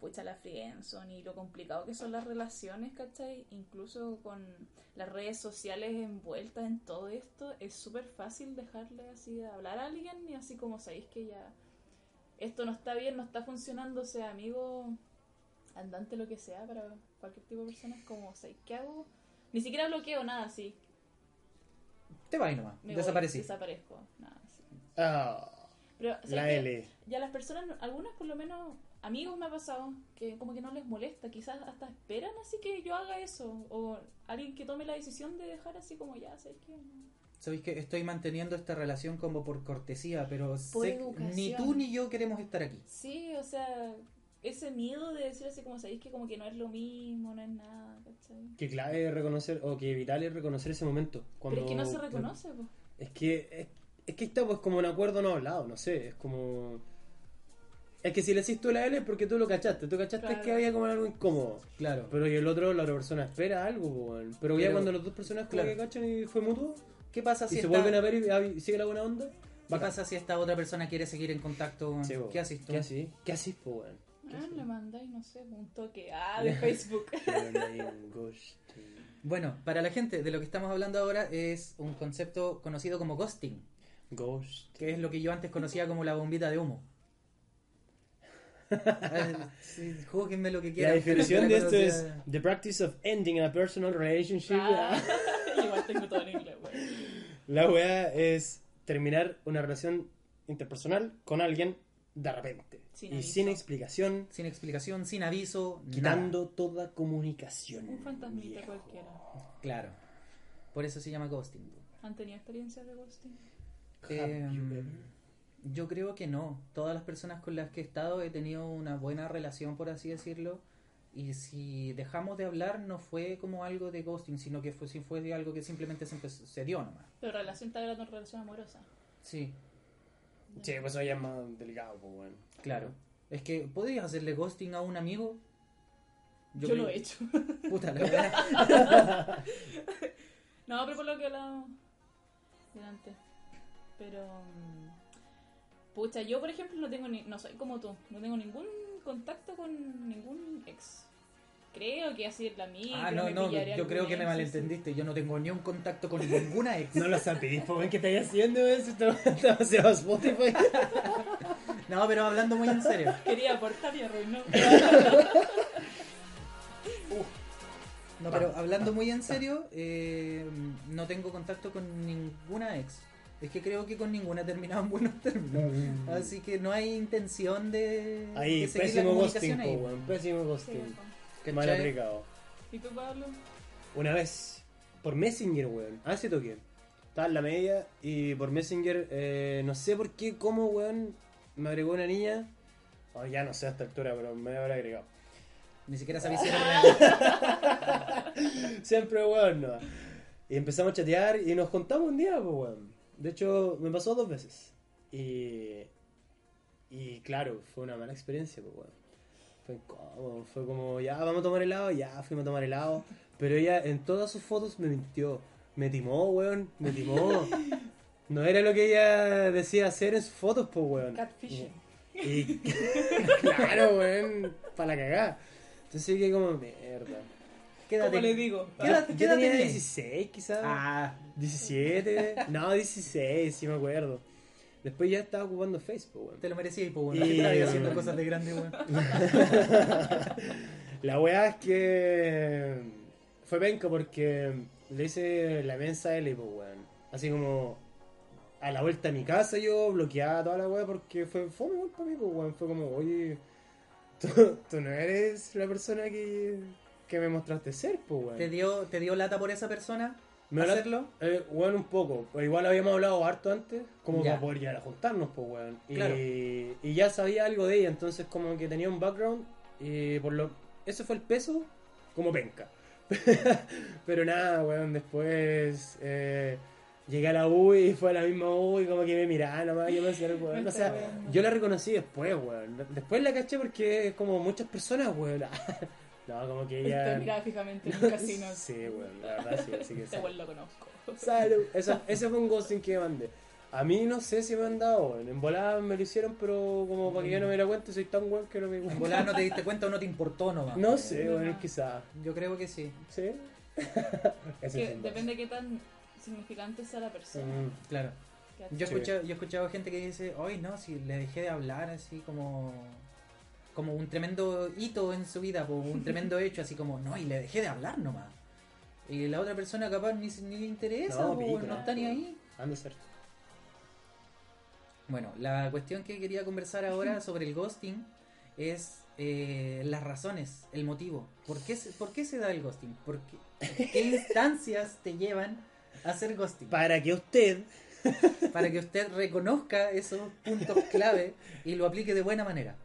S1: Pucha, la friendzone y lo complicado que son las relaciones, ¿cachai? Incluso con las redes sociales envueltas en todo esto, es súper fácil dejarle así a hablar a alguien y así como sabéis que ya esto no está bien, no está funcionando, o sea amigo, andante, lo que sea, para cualquier tipo de persona, es como, ¿sabéis qué hago? Ni siquiera bloqueo nada, así.
S4: [laughs] Te vas nomás,
S1: me voy,
S4: desaparecí.
S1: desaparezco, nada, así.
S2: Ah,
S1: Pero, ¿sabes
S2: la
S1: qué?
S2: L.
S1: Ya las personas, algunas por lo menos, amigos me ha pasado, que como que no les molesta, quizás hasta esperan así que yo haga eso, o alguien que tome la decisión de dejar así como ya, sé que...
S4: Sabéis que estoy manteniendo esta relación como por cortesía, pero
S1: Por
S4: sé que ni
S1: educación.
S4: tú ni yo queremos estar aquí.
S1: Sí, o sea, ese miedo de decir así como sabéis que como que no es lo mismo, no es nada, ¿cachai?
S2: Que clave es reconocer, o que vital es reconocer ese momento. Cuando,
S1: Pero es que no se reconoce, pues.
S2: Es que, es, es que está pues como un acuerdo no hablado, no sé, es como... Es que si le decís tú la L es porque tú lo cachaste, tú cachaste
S1: Claro.
S2: que había como algo incómodo.
S4: Claro.
S2: Pero y el otro, la otra persona espera algo, po, weón. pero, ya
S4: Pero-
S2: cuando las dos personas como
S4: claro.
S2: que cachan y fue mutuo,
S4: ¿Qué pasa
S2: y
S4: si
S2: se
S4: esta,
S2: vuelven a ver y, ah, y sigue la buena onda,
S4: ¿qué
S2: bacán.
S4: pasa si esta otra persona quiere seguir en contacto? weón?
S2: Sí, po.
S4: Ah, ¿Qué haces tú?
S2: ¿Qué haces? ¿Qué haces, po, weón?
S1: Ah, le mandáis, no sé, un toque, ah, [laughs] de Facebook.
S2: Qué buena idea, un ghosting.
S4: Bueno, para la gente, de lo que estamos hablando ahora es un concepto conocido como ghosting,
S2: Ghost.
S4: que es lo que yo antes conocía como la bombita de
S2: [laughs]
S4: humo. Ay, sí, júguenme lo que
S2: La
S4: quieran. [laughs]
S2: definición de
S4: pero
S2: esto
S4: yo la
S2: es
S4: conocía-
S2: the practice of ending a personal
S1: [laughs]
S2: relationship.
S1: Ah, [laughs] igual tengo todo en inglés, [laughs] güey.
S2: La weá es terminar una relación interpersonal con alguien de repente.
S1: Sin
S2: y
S1: aviso.
S2: sin explicación,
S4: Sin explicación, sin aviso,
S2: quitando toda comunicación.
S1: Un fantasmita
S2: viejo.
S1: cualquiera.
S4: nada. Claro. Por eso se llama ghosting.
S1: ¿Han tenido experiencias de ghosting?
S4: Eh,
S2: Have you ever?
S4: Yo creo que no. Todas las personas con las que he estado he tenido una buena relación, por así decirlo. Y si dejamos de hablar, no fue como algo de ghosting, sino que fue, sí fue algo que simplemente se, empezó- se dio nomás.
S1: Pero relación está hablando de relación amorosa.
S4: Sí,
S2: Sí, pues eso ya es más delicado, pues bueno.
S4: claro. Es que, ¿podrías hacerle ghosting a un amigo?
S1: Yo,
S4: creo- [laughs]
S1: lo he hecho.
S2: [laughs]
S4: Puta la verdad.
S1: No, pero por lo que hablábamos delante. Pero. mm, Pucha, yo por ejemplo no tengo ni, no soy como tú, no tengo ningún contacto con ningún ex. Creo que así es la mía.
S4: Ah, no, no, yo creo que me malentendiste. Yo no tengo ni un contacto
S2: [laughs]
S4: con ninguna ex.
S2: No lo sabéis, po, weón, ¿qué estáis haciendo? weón? Si [laughs] Está está demasiado Spotify.
S4: No, pero hablando muy en
S2: [laughs]
S4: serio.
S1: [laughs] Quería aportar y
S4: [laughs]
S1: arruinó.
S4: No, pero hablando muy en serio, eh, no tengo contacto con ninguna ex. Es que creo que con ninguna he terminado en buenos términos. Así que no hay intención de,
S2: Mm. Ahí,
S4: de seguir la
S2: pésimo ghosting,
S4: comunicación
S2: po,
S4: ahí.
S2: weón, Pésimo ghosting.
S4: ¿Cachai?
S2: Mal aplicado.
S1: ¿Y tú, Pablo?
S2: Una vez, por Messenger, weón. Ah, sí toqué. Estaba en la media y por Messenger, eh, no sé por qué, cómo, weón, me agregó una niña. Oh, ya no sé a esta altura, pero me habrá agregado.
S4: Ni siquiera sabía si
S2: [laughs]
S4: era real.
S2: Siempre, weón, no. Y empezamos a chatear y nos contamos un día, pues, weón. De hecho, me pasó dos veces. Y. Y claro, fue una mala experiencia, pues, weón. Fue incómodo, fue como, ya, vamos a tomar helado, ya, fuimos a tomar helado. Pero ella en todas sus fotos me mintió. Me timó, weón, me
S1: [laughs]
S2: timó. No era lo que ella decía hacer en sus fotos, pues, weón.
S1: Catfishing.
S2: Y [laughs] claro, weón, para la cagada. Entonces que como mierda.
S4: Quédate.
S1: Como le digo.
S4: ¿Qué edad-
S2: Yo
S4: qué edad
S2: tenía
S4: tenías?
S2: 16 quizás.
S4: Ah,
S2: 17. [laughs] No, 16, sí me acuerdo. Después ya estaba ocupando Facebook, weón.
S4: te lo merecías, pues, [laughs]
S2: Y-
S4: bueno. haciendo cosas de grande, weón.
S2: La weá es que fue penca porque le hice la mensa L, pues weón. Así como a la vuelta a mi casa yo bloqueaba toda la weá porque fue fome igual para mí, pues weón. Fue como, oye, tú, tú no eres la persona que, que me mostraste ser, pues weón.
S4: ¿Te dio, ¿Te dio lata por esa persona?
S2: Me habla-
S4: ¿Hacerlo?
S2: Eh, weón, un poco. Pues igual habíamos hablado harto antes, como
S4: Ya.
S2: para poder llegar a juntarnos, pues, weón. Y,
S4: Claro.
S2: y ya sabía algo de ella, entonces como que tenía un background y por lo... Eso fue el peso como penca. [laughs] Pero nada, weón, después eh, llegué a la U y fue a la misma U y como que me miraba nomás, yo me hacía el weón. O sea, yo la reconocí después, weón. Después la caché porque es como muchas personas, weón. [laughs] No, como que ella...
S1: Te miraba fijamente en un casino.
S2: [laughs] Sí, weón, la verdad sí, así que
S1: Este
S2: sí.
S1: weón lo conozco.
S2: Salud. Eso, ese fue un ghosting que mandé. A mí no sé si me han dado, weón. En volada me lo hicieron, pero como para que yo no me diera cuenta, soy tan weón que no me
S4: En volada no te diste cuenta o no te importó nomás.
S2: No sé, weón, quizá.
S4: Yo creo que sí.
S1: [laughs]
S2: ¿Sí? Ese es
S1: Que
S2: un
S1: depende de qué tan significante sea la
S2: ghosting.
S1: persona.
S2: Mm.
S4: Claro.
S1: ¿cachai?
S4: Yo he
S2: Sí.
S4: escuchado, yo he escuchado gente que dice, hoy no, si le dejé de hablar así como como un tremendo hito en su vida, po, un
S2: [laughs]
S4: tremendo hecho, así como, no, y le dejé de hablar nomás. Y la otra persona capaz ni, se- ni le interesa,
S2: No,
S4: po,
S2: pico,
S4: no está ni ahí.
S2: Han de ser.
S4: Bueno, la cuestión que quería conversar ahora sobre el ghosting es eh, las razones, el motivo. ¿Por qué, se- ¿Por qué se da el ghosting? ¿Por qué, ¿Qué instancias te llevan a hacer ghosting?
S2: Para que usted
S4: para que usted reconozca esos puntos clave y lo aplique de buena manera.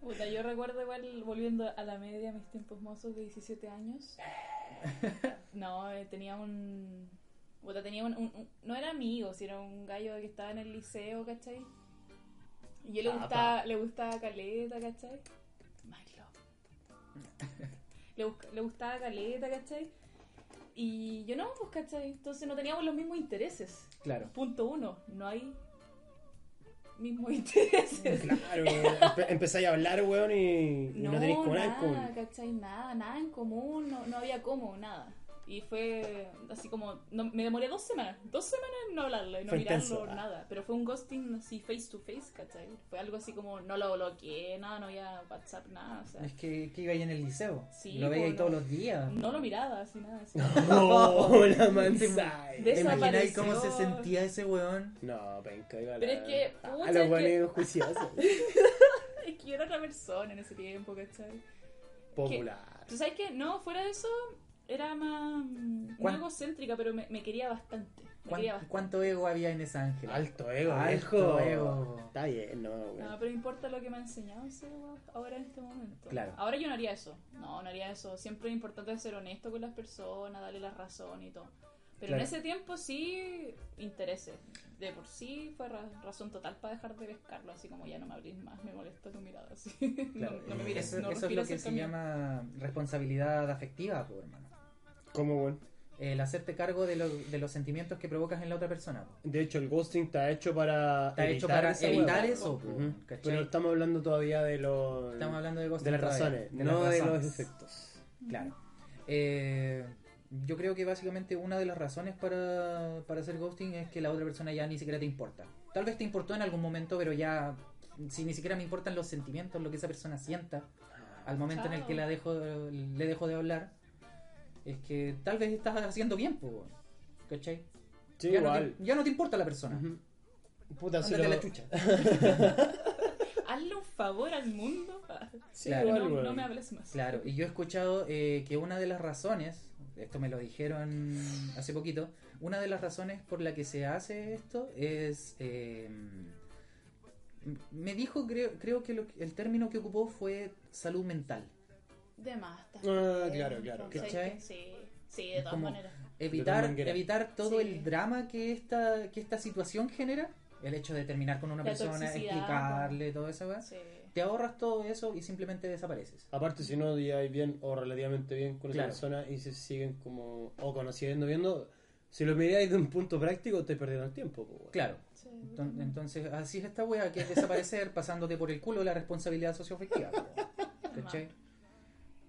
S1: Puta, yo recuerdo igual volviendo a la media mis tiempos mozos de 17 años. No, eh, tenía un. Puta, tenía un, un- un- No era amigo, si era un gallo que estaba en el liceo, ¿cachai? Y yo le gustaba, le gustaba Caleta, ¿cachai? Malo. Le, busca- le gustaba Caleta, ¿cachai? Y yo no, pues, ¿cachai? Entonces no teníamos los mismos intereses.
S4: Claro.
S1: Punto uno, no hay mismos [laughs] intereses.
S2: Claro, weón. Empe- empezáis a hablar, weón, y, y no, tenéis como nada en
S1: nada,
S2: común.
S1: ¿cachai? Nada, nada en común, no, no había cómo, nada. Y fue así como, no- me demoré dos semanas, dos semanas en no hablarlo, en no
S2: Fue
S1: mirarlo,
S2: intenso, ah.
S1: nada. Pero fue un ghosting así face to face, ¿cachai? Fue algo así como, no lo bloqueé, nada, no había WhatsApp, nada, o sea,
S4: Es que, que iba ahí en el liceo.
S1: Sí,
S4: lo veía ahí
S1: bueno.
S4: todos los días.
S1: no lo miraba, así nada. Así. [laughs]
S2: No, [laughs] la mansai.
S1: De esa-
S4: ¿Te imagináis cómo se
S1: Desapareció.
S4: sentía ese weón?
S2: No, penca, iba a
S1: Pero
S2: la-
S1: es que,
S2: Ah,
S1: pucha, [laughs]
S2: los
S1: es que-
S2: weones juiciosos.
S1: Es que yo era otra persona en ese tiempo, ¿cachai?
S2: Popular.
S1: Tú sabes que, no, fuera de eso, era más, mm, no
S4: ¿Cuán-
S1: egocéntrica, pero me, me quería bastante, me
S4: ¿Cuán-
S1: quería bastante.
S4: ¿Cuánto ego había en esa ángela?
S2: Alto ego,
S4: Alto
S2: viejo.
S4: ego.
S2: Está bien, no, weón.
S1: No, pero importa lo que me ha enseñado ese weón ahora en este momento.
S4: Claro.
S1: Ahora yo no haría eso. No, no haría eso. Siempre es importante ser honesto con las personas, darle la razón y todo. Pero
S4: Claro.
S1: en ese tiempo sí intereses. De por sí fue ra- razón total para dejar de pescarlo, así como ya no me abrís más, me molesta tu mirada así. [laughs] No-
S2: Claro,
S1: no, me
S2: y
S1: mires,
S4: eh, Eso,
S1: no
S4: eso es lo
S1: respiras
S4: que
S1: cerca
S4: se
S1: mío.
S4: llama responsabilidad afectiva, po, hermano.
S2: ¿Cómo, weón?
S4: el hacerte cargo de, lo- de los sentimientos que provocas en la otra persona. po.
S2: De hecho, el ghosting está hecho para.
S4: Está hecho para
S2: esa
S4: evitar
S2: hueá.
S4: eso, po,
S2: Ujú.
S4: ¿cachai?
S2: Pero estamos hablando todavía de los.
S4: Estamos hablando de ghosting
S2: las
S4: todavía,
S2: razones,
S4: de las
S2: no de
S4: razones.
S2: los efectos.
S4: Claro. Eh, yo creo que básicamente una de las razones para, para hacer ghosting es que la otra persona ya ni siquiera te importa. Tal vez te importó en algún momento, pero ya si ni siquiera me importan los sentimientos, lo que esa persona sienta al momento en el que
S1: Chao.
S4: la dejo, le dejo de hablar, es que tal vez estás haciendo bien, po, weón. ¿cachai?
S2: Sí,
S4: ya,
S2: igual.
S4: No te, ya no te importa la persona.
S2: Ujú. Puta, si
S4: Ándate a
S2: lo-
S4: la chucha.
S2: [laughs]
S1: Hazle un favor al mundo. [laughs]
S2: Sí,
S4: Claro.
S2: igual,
S1: no,
S2: weón.
S1: no me hables más.
S4: Claro, y yo he escuchado eh, que una de las razones, esto me lo dijeron hace poquito, una de las razones por la que se hace esto es... eh, m- me dijo, creo, creo que lo que- el término que ocupó fue salud mental.
S1: De más. está
S2: Ah,
S1: bien,
S2: claro, claro,
S1: ¿cachai?
S4: claro.
S1: Sí, sí, de todas
S4: Como-
S1: maneras.
S4: Evitar,
S2: manguera.
S4: evitar todo
S1: Sí.
S4: el drama que esta, que esta situación genera, el hecho de terminar con una
S1: La
S4: persona,
S1: toxicidad,
S4: explicarle todo eso, ¿verdad?
S1: Sí.
S4: te ahorras todo eso y simplemente desapareces.
S2: Aparte, si no hay bien o relativamente bien con
S4: Claro.
S2: esa persona y se siguen como. o conociendo, viendo. Si lo miráis de un punto práctico, te perdieron el tiempo, pues, weón.
S4: Claro.
S1: sí,
S4: Enton- Entonces, así es esta wea que es desaparecer pasándote por el culo la responsabilidad socioafectiva. po, ¿Cachai?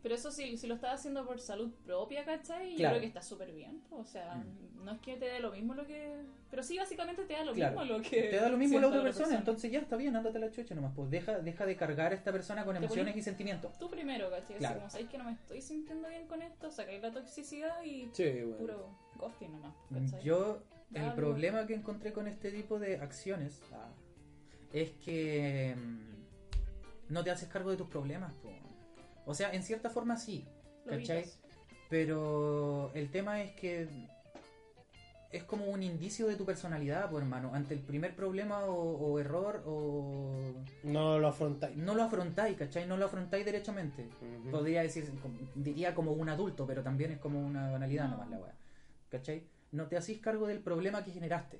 S1: Pero eso sí, si lo estás haciendo por salud propia, ¿cachai? Yo
S4: Claro.
S1: creo
S4: Mm.
S1: que está súper bien. O sea, no es que te dé lo mismo lo que... Pero sí, básicamente te da lo
S4: Claro.
S1: mismo lo que...
S4: Te da lo mismo la
S1: sienta
S4: otra persona, entonces ya está bien, ándate a la chucha nomás. Pues deja, deja de cargar a esta persona con
S1: Te
S4: emociones
S1: poní-
S4: y sentimientos.
S1: Tú primero, ¿cachai? Así
S4: Claro.
S1: Como sabéis que no me estoy sintiendo bien con esto, sacáis la toxicidad y
S2: Sí, weón.
S1: puro ghosting nomás, ¿cachai?
S4: Mm, Yo, el
S1: Dale.
S4: problema que encontré con este tipo de acciones ah, es que mm, no te haces cargo de tus problemas. po. O sea, en cierta forma sí,
S1: Lo
S4: ¿cachai?
S1: evitas.
S4: Pero el tema es que es como un indicio de tu personalidad, pues hermano. Ante el primer problema o, o error, o
S2: No lo afrontáis.
S4: no lo afrontáis, ¿cachai? No lo afrontáis derechamente.
S2: Ujú.
S4: Podría decir, com- diría como un adulto, pero también es como una banalidad
S1: No.
S4: nomás la weá. ¿Cachai? No te hacís cargo del problema que generaste.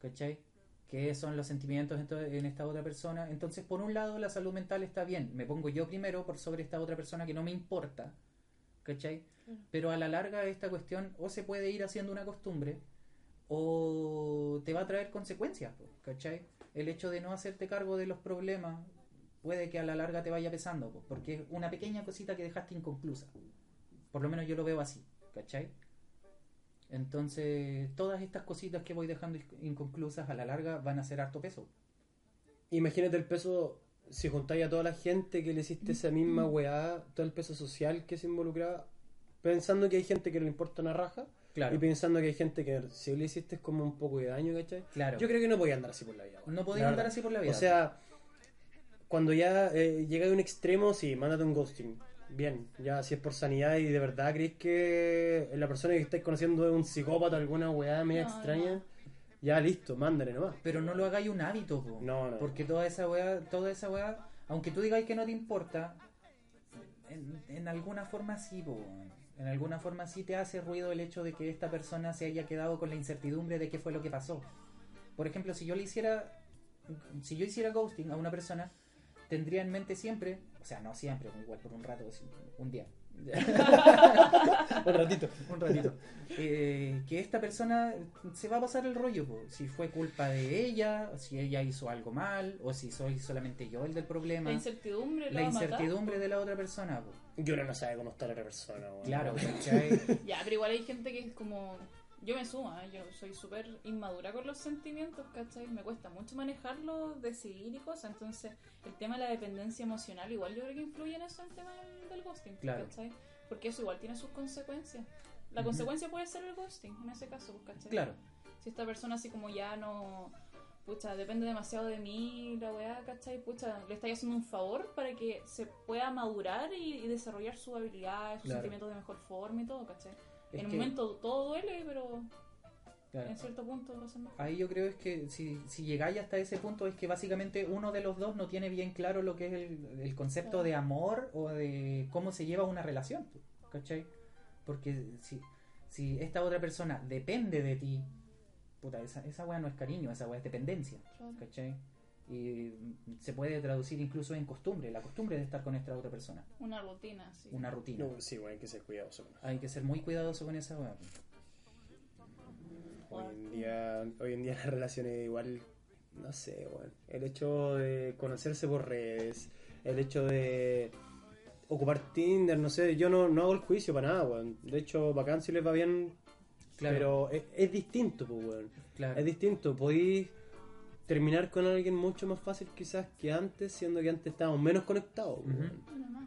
S4: ¿Cachai? Que son los sentimientos ento- en esta otra persona. Entonces, por un lado, la salud mental está bien. Me pongo yo primero por sobre esta otra persona que no me importa. ¿Cachai?
S1: Claro.
S4: Pero a la larga esta cuestión o se puede ir haciendo una costumbre o te va a traer consecuencias, po, ¿cachai? El hecho de no hacerte cargo de los problemas puede que a la larga te vaya pesando, po, porque es una pequeña cosita que dejaste inconclusa. Por lo menos yo lo veo así, ¿cachai? Entonces, todas estas cositas que voy dejando inc- inconclusas a la larga van a ser harto peso.
S2: Imagínate el peso. Si juntáis a toda la gente que le hiciste esa misma weá, todo el peso social que se involucraba, pensando que hay gente que no le importa una raja y
S4: Claro,
S2: pensando que hay gente que si le hiciste es como un poco de daño, ¿cachai?
S4: claro.
S2: Yo creo que no podía andar así por la vida. weón.
S4: no podía
S2: La
S4: andar
S2: verdad.
S4: así por la vida.
S2: O sea, cuando ya eh, llega a un extremo, sí, mándate un ghosting. Bien, ya si es por sanidad y de verdad crees que la persona que estáis conociendo es un psicópata, alguna weá media
S1: No,
S2: extraña,
S1: no.
S2: ya listo, mándale nomás.
S4: Pero no lo hagáis un hábito, po.
S2: No, no.
S4: Porque toda esa weá, toda esa weá, aunque tú digáis que no te importa, en, en alguna forma sí, po. En alguna forma sí te hace ruido el hecho de que esta persona se haya quedado con la incertidumbre de qué fue lo que pasó. Por ejemplo, si yo le hiciera, si yo hiciera ghosting a una persona, tendría en mente siempre, o sea, no siempre, igual por un rato, un día,
S2: [laughs]
S4: [laughs]
S2: Un ratito.
S4: un ratito. Eh, que esta persona se va a pasar el rollo, po. si fue culpa de ella, o si ella hizo algo mal, o si soy solamente yo el del problema.
S1: La incertidumbre lo
S4: La
S1: va a matar.
S4: incertidumbre de la otra persona, po.
S2: Y uno no sabe cómo está la otra persona, weón.
S4: claro, ¿cachai?
S1: Ya, pero igual hay gente que es como... Yo me sumo, ¿eh? yo soy súper inmadura con los sentimientos, ¿cachai? Me cuesta mucho manejarlos, decidir y cosas. Entonces, el tema de la dependencia emocional igual yo creo que influye en eso, el tema del, del ghosting,
S4: Claro.
S1: ¿cachai? Porque eso igual tiene sus consecuencias. La
S4: Ujú.
S1: consecuencia puede ser el ghosting, en ese caso, pues, ¿cachai?
S4: Claro,
S1: Si esta persona así como ya no... Pucha, depende demasiado de mí, la weá, ¿cachai? Pucha, le estáis haciendo un favor para que se pueda madurar y, y desarrollar sus habilidades, sus
S4: Claro.
S1: sentimientos de mejor forma y todo, ¿cachai?
S4: es
S1: en el
S4: que-
S1: momento todo duele, pero
S4: claro.
S1: en cierto punto lo hacen mejor.
S4: Ahí yo creo es que si, si llegáis hasta ese punto es que básicamente uno de los dos no tiene bien claro lo que es el, el concepto
S1: Claro.
S4: de amor o de cómo se lleva una relación, po, ¿cachai? Porque si, si esta otra persona depende de ti, puta, esa, esa weá no es cariño, esa weá es dependencia,
S1: Claro.
S4: ¿cachai? y se puede traducir incluso en costumbre, la costumbre de estar con esta otra persona,
S1: Una rutina, sí.
S4: una rutina.
S2: No, sí, weón, hay que ser cuidadoso. weón.
S4: Hay que ser muy cuidadoso con esa weá.
S2: Hoy en día, hoy en día las relaciones igual, no sé, weón. El hecho de conocerse por redes, el hecho de ocupar Tinder, no sé, yo no, no hago el juicio para nada, weón. De hecho, bacán si les va bien,
S4: Claro.
S2: pero es, es distinto, pues, weón.
S4: Claro.
S2: Es distinto, podéis terminar con alguien mucho más fácil quizás que antes, siendo que antes estábamos menos conectados. pues,
S4: Ujú.
S2: weón.
S1: Una más.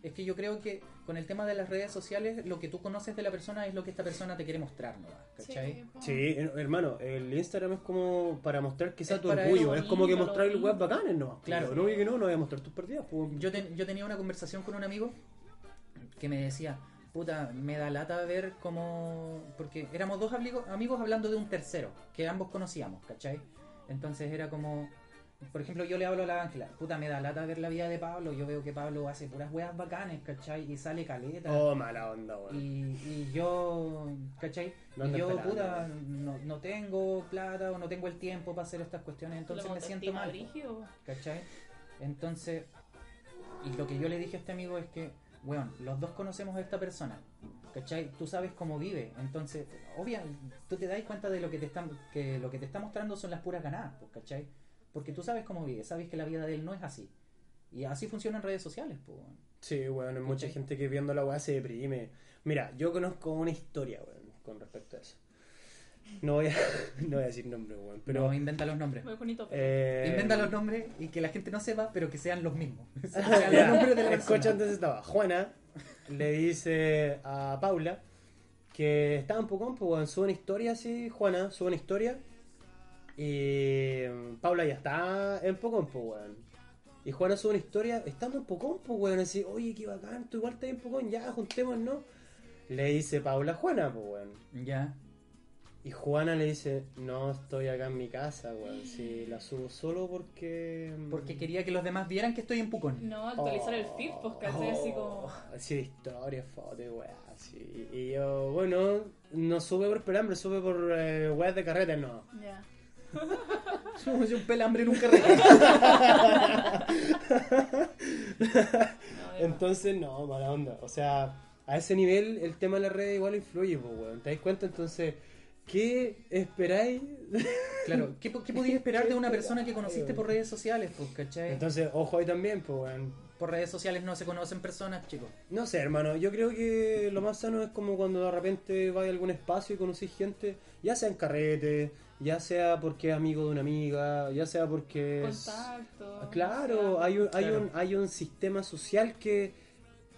S4: Es que yo creo que con el tema de las redes sociales, lo que tú conoces de la persona es lo que esta persona te quiere mostrar, ¿no? ¿Cachai?
S1: Sí, pues. po.
S2: Sí, eh, hermano, el Instagram es como para mostrar quizás
S4: Es
S2: tu
S4: para
S2: orgullo,
S4: eso,
S2: es como que
S1: bonito,
S2: mostrar
S1: bonito.
S2: web bacanes, pues, ¿no?
S4: Claro.
S2: No, que no, no voy a mostrar tus partidas, pues.
S4: Yo, ten- yo tenía una conversación con un amigo que me decía, puta, me da lata ver cómo... Porque éramos dos abligo- amigos hablando de un tercero, que ambos conocíamos, ¿cachai? Entonces era como... Por ejemplo, yo le hablo a la Ángela, puta, me da lata ver la vida de Pablo, yo veo que Pablo hace puras weas bacanes, ¿cachai? Y sale caleta.
S2: Oh, mala onda, weón.
S4: Y, y yo, ¿cachai?
S2: No
S4: Y
S2: andan
S4: yo,
S2: pelando.
S4: puta, no, no tengo plata o no tengo el tiempo para hacer estas cuestiones, entonces
S1: La
S4: me siento
S1: autoestima
S4: mal.
S1: brígido, po.
S4: ¿Cachai? Entonces, y lo que yo le dije a este amigo es que, weón, los dos conocemos a esta persona, ¿cachai? Tú sabes cómo vive, entonces, obvia, tú te das cuenta de lo que te está, que lo que te está mostrando son las puras ganadas, pues, ¿cachai? Porque tú sabes cómo vive, sabes que la vida de él no es así. Y así funcionan redes sociales, pues, weón.
S2: Sí, weón, hay mucha
S4: ¿Cachai?
S2: gente que viendo la weá se deprime. Mira, yo conozco una historia, weón, con respecto a eso. No voy a, [laughs] no voy a decir nombre, weón, pero...
S4: Pero inventa los nombres.
S1: Muy bonito.
S2: eh,
S4: Inventa los nombres y que la gente no sepa, pero que sean los
S2: [laughs]
S4: mismos. [laughs] Que
S2: Ya,
S4: sean los nombres de la
S2: escucha,
S4: persona.
S2: antes estaba. Juana le dice a Paula que estaba en Pucón, pues weón, sube una historia así, Juana, sube una historia. Y mm, Paula ya está en Pucón, pues weón. Y Juana sube una historia, estamos en Pucón, pues weón, así, oye, qué bacán, tú igual estás en Pucón, ya, juntémonos. Le dice Paula a Juana, pues weón.
S4: Ya.
S2: Y Juana le dice, no estoy acá en mi casa, weón, si la subo solo porque... mm,
S4: Porque quería que los demás vieran que estoy en Pucón. [laughs]
S1: No, actualizar el feed, pues,
S4: oh.
S1: ¿cachai? Así como...
S2: Así de Oh. historia, foto y weá, así. Y yo, bueno, no sube por pelambre, sube por eh, weas de carrete, no.
S1: Ya.
S4: Somos un pelambre en un
S2: [laughs]
S4: carrete.
S1: No, de más.
S2: Entonces, no, mala onda. O sea, a ese nivel el tema de la red igual influye, pues, weón. ¿Te das cuenta? Entonces, ¿qué esperáis?
S4: Claro, ¿qué, po- qué podías esperar de una persona que conociste por redes sociales? Pues, ¿cachai?
S2: Entonces, ojo ahí también, pues, weón.
S4: por redes sociales no se conocen personas, chicos.
S2: No sé, hermano, yo creo que lo más sano es como cuando de repente vas a algún espacio y conocís gente, ya sea en carrete, ya sea porque es amigo de una amiga, ya sea porque... es-
S1: Contacto.
S2: Claro, hay un, hay,
S4: Claro.
S2: Un, hay un sistema social que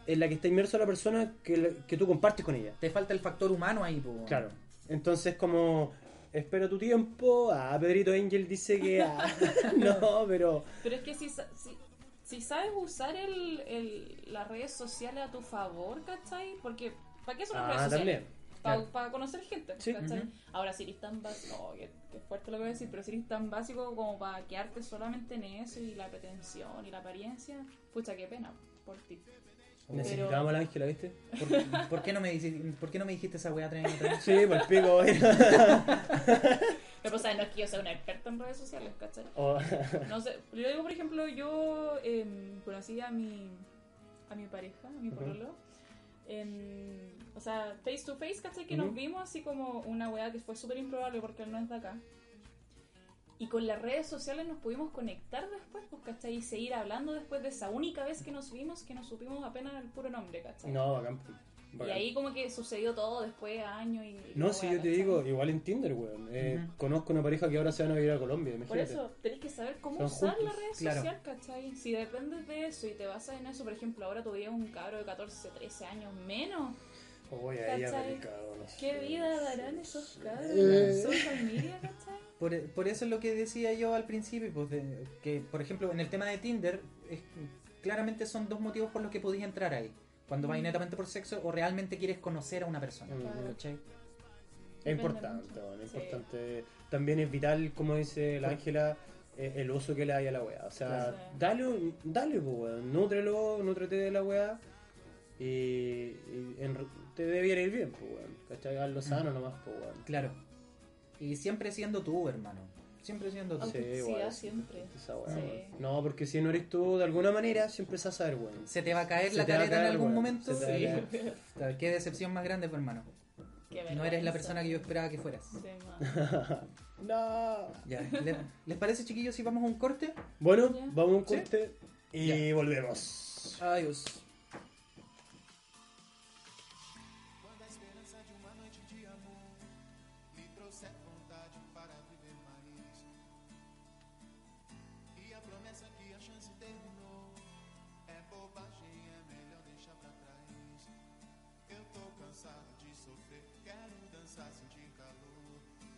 S2: en la que está inmerso la persona que, la- que tú compartes con ella.
S4: Te falta el factor humano ahí, pues.
S2: Claro. Entonces como espero tu tiempo, ah, Pedrito Angel dice que ah, [laughs] no, pero
S1: Pero es que si, sa- si, si sabes usar el, el- las redes sociales a tu favor, ¿cachai? Porque, ¿para qué son las
S2: ah,
S1: redes sociales?
S2: también.
S1: Para
S4: claro.
S1: conocer gente,
S2: Sí.
S1: ¿cachai?
S4: Ujú.
S1: Ahora, si eres tan básico, oh, qué, qué fuerte lo que voy a decir, pero si eres tan básico como para quedarte solamente en eso y la pretensión y la apariencia, pucha, qué pena por ti.
S2: Necesitábamos a la Ángela, ¿viste?
S4: ¿Por, por qué no me dijiste, ¿Por qué no me dijiste esa weá tres años atrás?
S2: Sí, por el pico. [laughs] bueno.
S1: Pero, pues, no es que yo sea una experta en redes sociales, ¿cachai?
S2: O-
S1: No sé, yo digo, por ejemplo, yo em, conocí a mi, a mi pareja, a mi
S2: Ujú.
S1: pololo, en- o sea, face to face, ¿cachai? Que nos
S2: Ujú.
S1: vimos así como una weá que fue súper improbable porque él no es de acá. Y con las redes sociales nos pudimos conectar después, pues, ¿cachai? Y seguir hablando después de esa única vez que nos vimos, que nos supimos apenas el puro nombre, ¿cachai?
S2: No, bacán.
S1: Y
S2: bacán.
S1: ahí como que sucedió todo después, años y... y
S2: No,
S1: la
S2: si
S1: weá,
S2: yo te
S1: ¿cachai?
S2: digo, igual en Tinder, weón. Eh,
S4: Ujú.
S2: Conozco una pareja que ahora se van a vivir a Colombia,
S1: Por
S2: imagínate.
S1: eso, tenés que saber cómo
S2: Son
S1: usar
S2: juntos,
S1: la red
S4: claro.
S1: social, ¿cachai? Si dependes de eso y te basas en eso, por ejemplo, ahora tu vida es un cabro de 14, 13 años menos.
S2: Oye, ahí
S1: ¿Cachai?
S2: aplicado, no sé.
S1: ¿Qué vida darán esos cabros?
S2: Eh.
S1: ¿Social media, cachai?
S4: Por, por eso es lo que decía yo al principio, pues, de- que por ejemplo en el tema de Tinder, es- claramente son dos motivos por los que podías entrar ahí. Cuando
S2: Mm.
S4: vas netamente por sexo o realmente quieres conocer a una persona.
S2: Ujú.
S1: Claro.
S4: ¿Cachai?
S2: Es
S1: Depende
S2: importante,
S1: mucho.
S2: bueno, es
S1: Sí.
S2: importante. También es vital, como dice la Ángela, eh, el uso que le hay a la weá. O sea,
S1: Claro.
S2: dale, un- dale, pues, weón. Nútrelo, nútrete de la weá. Y, y en re- te debiera ir bien, pues, weón. ¿Cachai? Hazlo sano nomás, pues, weón.
S4: Claro. Y siempre siendo tú, hermano.
S5: Siempre siendo tú.
S1: Autenticidad
S2: weón,
S1: siempre.
S2: esa weá,
S1: Sí.
S2: weón. No, porque si no eres tú de alguna manera, siempre se va a saber, weón.
S4: Se te va a caer
S2: Se
S4: la
S2: te va a
S4: careta en
S2: caer,
S4: algún
S2: weón.
S4: momento.
S2: Se te va a
S4: Sí. Qué decepción más grande, pues, hermano.
S1: [laughs] Qué
S4: No eres
S1: vergüenza.
S4: la persona que yo esperaba que fueras.
S1: Sí, man.
S2: No.
S4: Ya, ¿le- ¿les parece, chiquillos, si vamos a un corte?
S2: Bueno,
S1: Ya.
S2: vamos a un corte y
S4: Ya.
S2: volvemos.
S4: Adiós.
S6: Quando a esperança de uma noite de amor me trouxer vontade para viver mais. E a promessa que a chance terminou é bobagem, é melhor deixar pra trás. Eu tô cansado de sofrer, quero dançar, sentir calor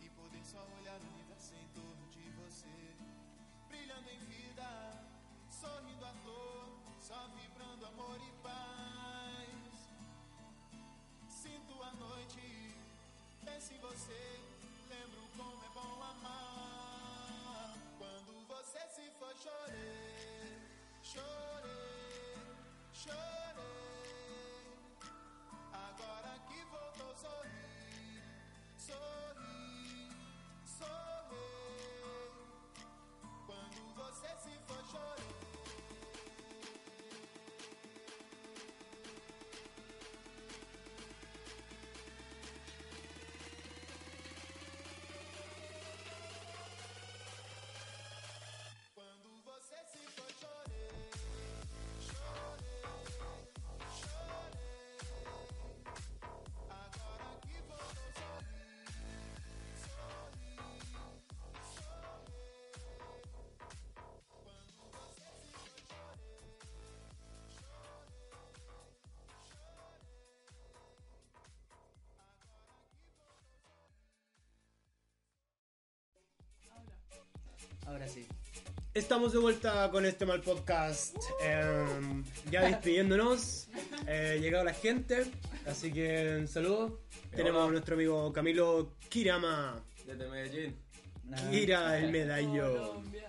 S6: e poder só olhar o universo em torno de você. Brilhando em vida, sorrindo à toa, só vibrando amor e paz. Sinto a noite, penso em você, lembro como é bom amar. Quando você se foi, chorei, chorei, chorei. Agora que voltou, sorri, sorri, sorri. Quando você se foi, chorei. Quando você se foi, chorei, chorei, chorei. Agora que voltou, sorri, sorri, sorri. Quando você se foi, chorei, chorei, chorei. Agora que voltou.
S4: Ahora sí.
S2: Estamos de vuelta con este mal podcast. em, ya despidiéndonos. Eh, llegado la gente. Así que em, saludos. Tenemos a nuestro amigo Camilo Kirama.
S7: Desde Medellín.
S2: Kira el medallón.
S1: Colombia.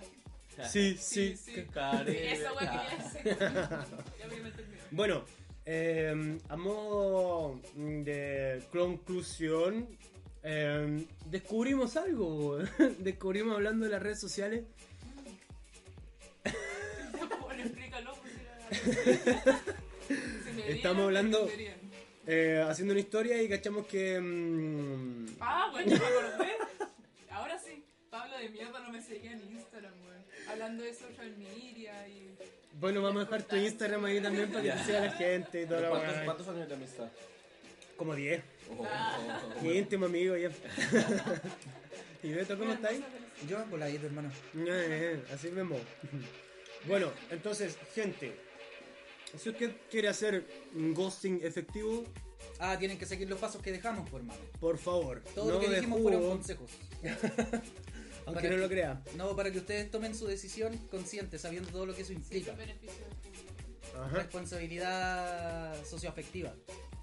S2: Sí, sí.
S7: Caribe.
S1: Esa wea que quería
S2: [laughs]
S1: hacer. Ya me entendí.
S2: Bueno, eh, a modo de conclusión, eh, descubrimos algo. [laughs] descubrimos hablando de las redes sociales.
S1: [laughs] Bueno, explícalo, pues, era- Si me dieran,
S2: Estamos hablando-
S1: entenderían.
S2: eh, haciendo una historia y cachamos que... mm,
S1: Ah, bueno, me acordé. Ahora sí. Pablo de mierda no me seguía en Instagram, weón. Hablando de social media y.
S2: bueno, vamos a dejar tu Instagram ahí también para que te siga la gente y toda la
S7: ¿Cuántos,
S2: weá.
S7: cuántos años de amistad?
S2: Como 10.
S7: Oh, oh, oh,
S2: Mi íntimo
S7: [laughs]
S2: amigo ya. ¿Y Beto cómo estáis?
S4: Yo voladito, hermano.
S2: Eh, Así mismo. Bueno, entonces, gente. Si usted quiere hacer un ghosting efectivo,
S4: Ah, tienen que seguir los pasos que dejamos, por hermano.
S2: por favor.
S4: Todo
S2: no
S4: lo que
S2: de
S4: dijimos
S2: jugo,
S4: fueron consejos.
S2: Aunque
S4: para
S2: no
S4: que-
S2: lo crea.
S4: No, para que ustedes tomen su decisión consciente, sabiendo todo lo que eso
S1: Sí,
S4: implica.
S1: los beneficios del público.
S2: Ajá.
S4: Responsabilidad socioafectiva.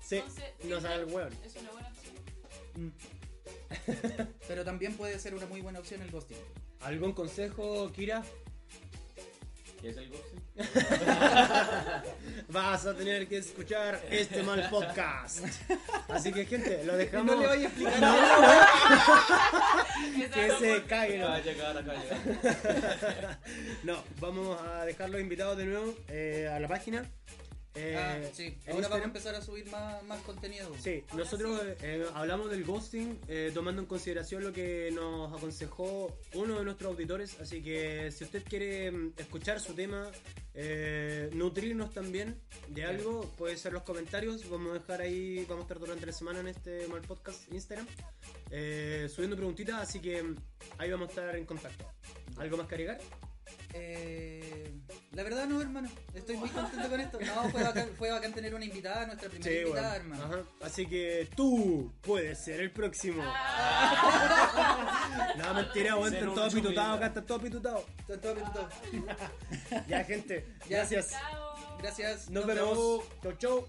S2: Sí,
S1: Entonces,
S2: no sabe el weón.
S1: Es una buena opción.
S4: Pero también puede ser una muy buena opción el ghosting.
S2: ¿Algún consejo, Kira?
S7: oh. ¿Qué es el ghosting?
S2: [laughs] Vas a tener que escuchar este mal podcast. Así que, gente, lo dejamos.
S4: No le vaya a explicar [laughs]
S2: que se cague.
S7: Acaba
S2: ¿no?
S7: de llegar, acaba de llegar.
S2: [laughs] No, vamos a dejar los invitados de nuevo eh, a la página. Eh,
S4: Ah, sí.
S2: en
S4: Ahora vamos a
S2: Instagram.
S4: empezar a subir más, más contenido.
S2: Sí, nosotros eh, hablamos del ghosting eh, tomando en consideración lo que nos aconsejó uno de nuestros auditores, así que si usted quiere mm, escuchar su tema, eh, nutrirnos también de algo, puede ser los comentarios, vamos a dejar ahí, vamos a estar durante la semana en este mal podcast Instagram, eh, subiendo preguntitas, así que mm, ahí vamos a estar en contacto. ¿Algo más que agregar?
S4: Eh, la verdad no, hermano. Estoy muy contento con esto. No, fue bacán, fue bacán tener una invitada, nuestra primera
S2: bueno.
S4: invitada, hermano.
S2: Ajá. Así que tú puedes ser el próximo. [laughs] no, mentira, weón,
S7: Ser
S2: están
S7: un
S2: todos
S7: chupilla.
S2: pitutados acá, están todos pitutados.
S4: Todo, todo, todo.
S2: Ya, gente,
S4: Ya.
S2: gracias.
S1: Chao.
S4: Gracias.
S2: Nos, vemos. Chau, chau.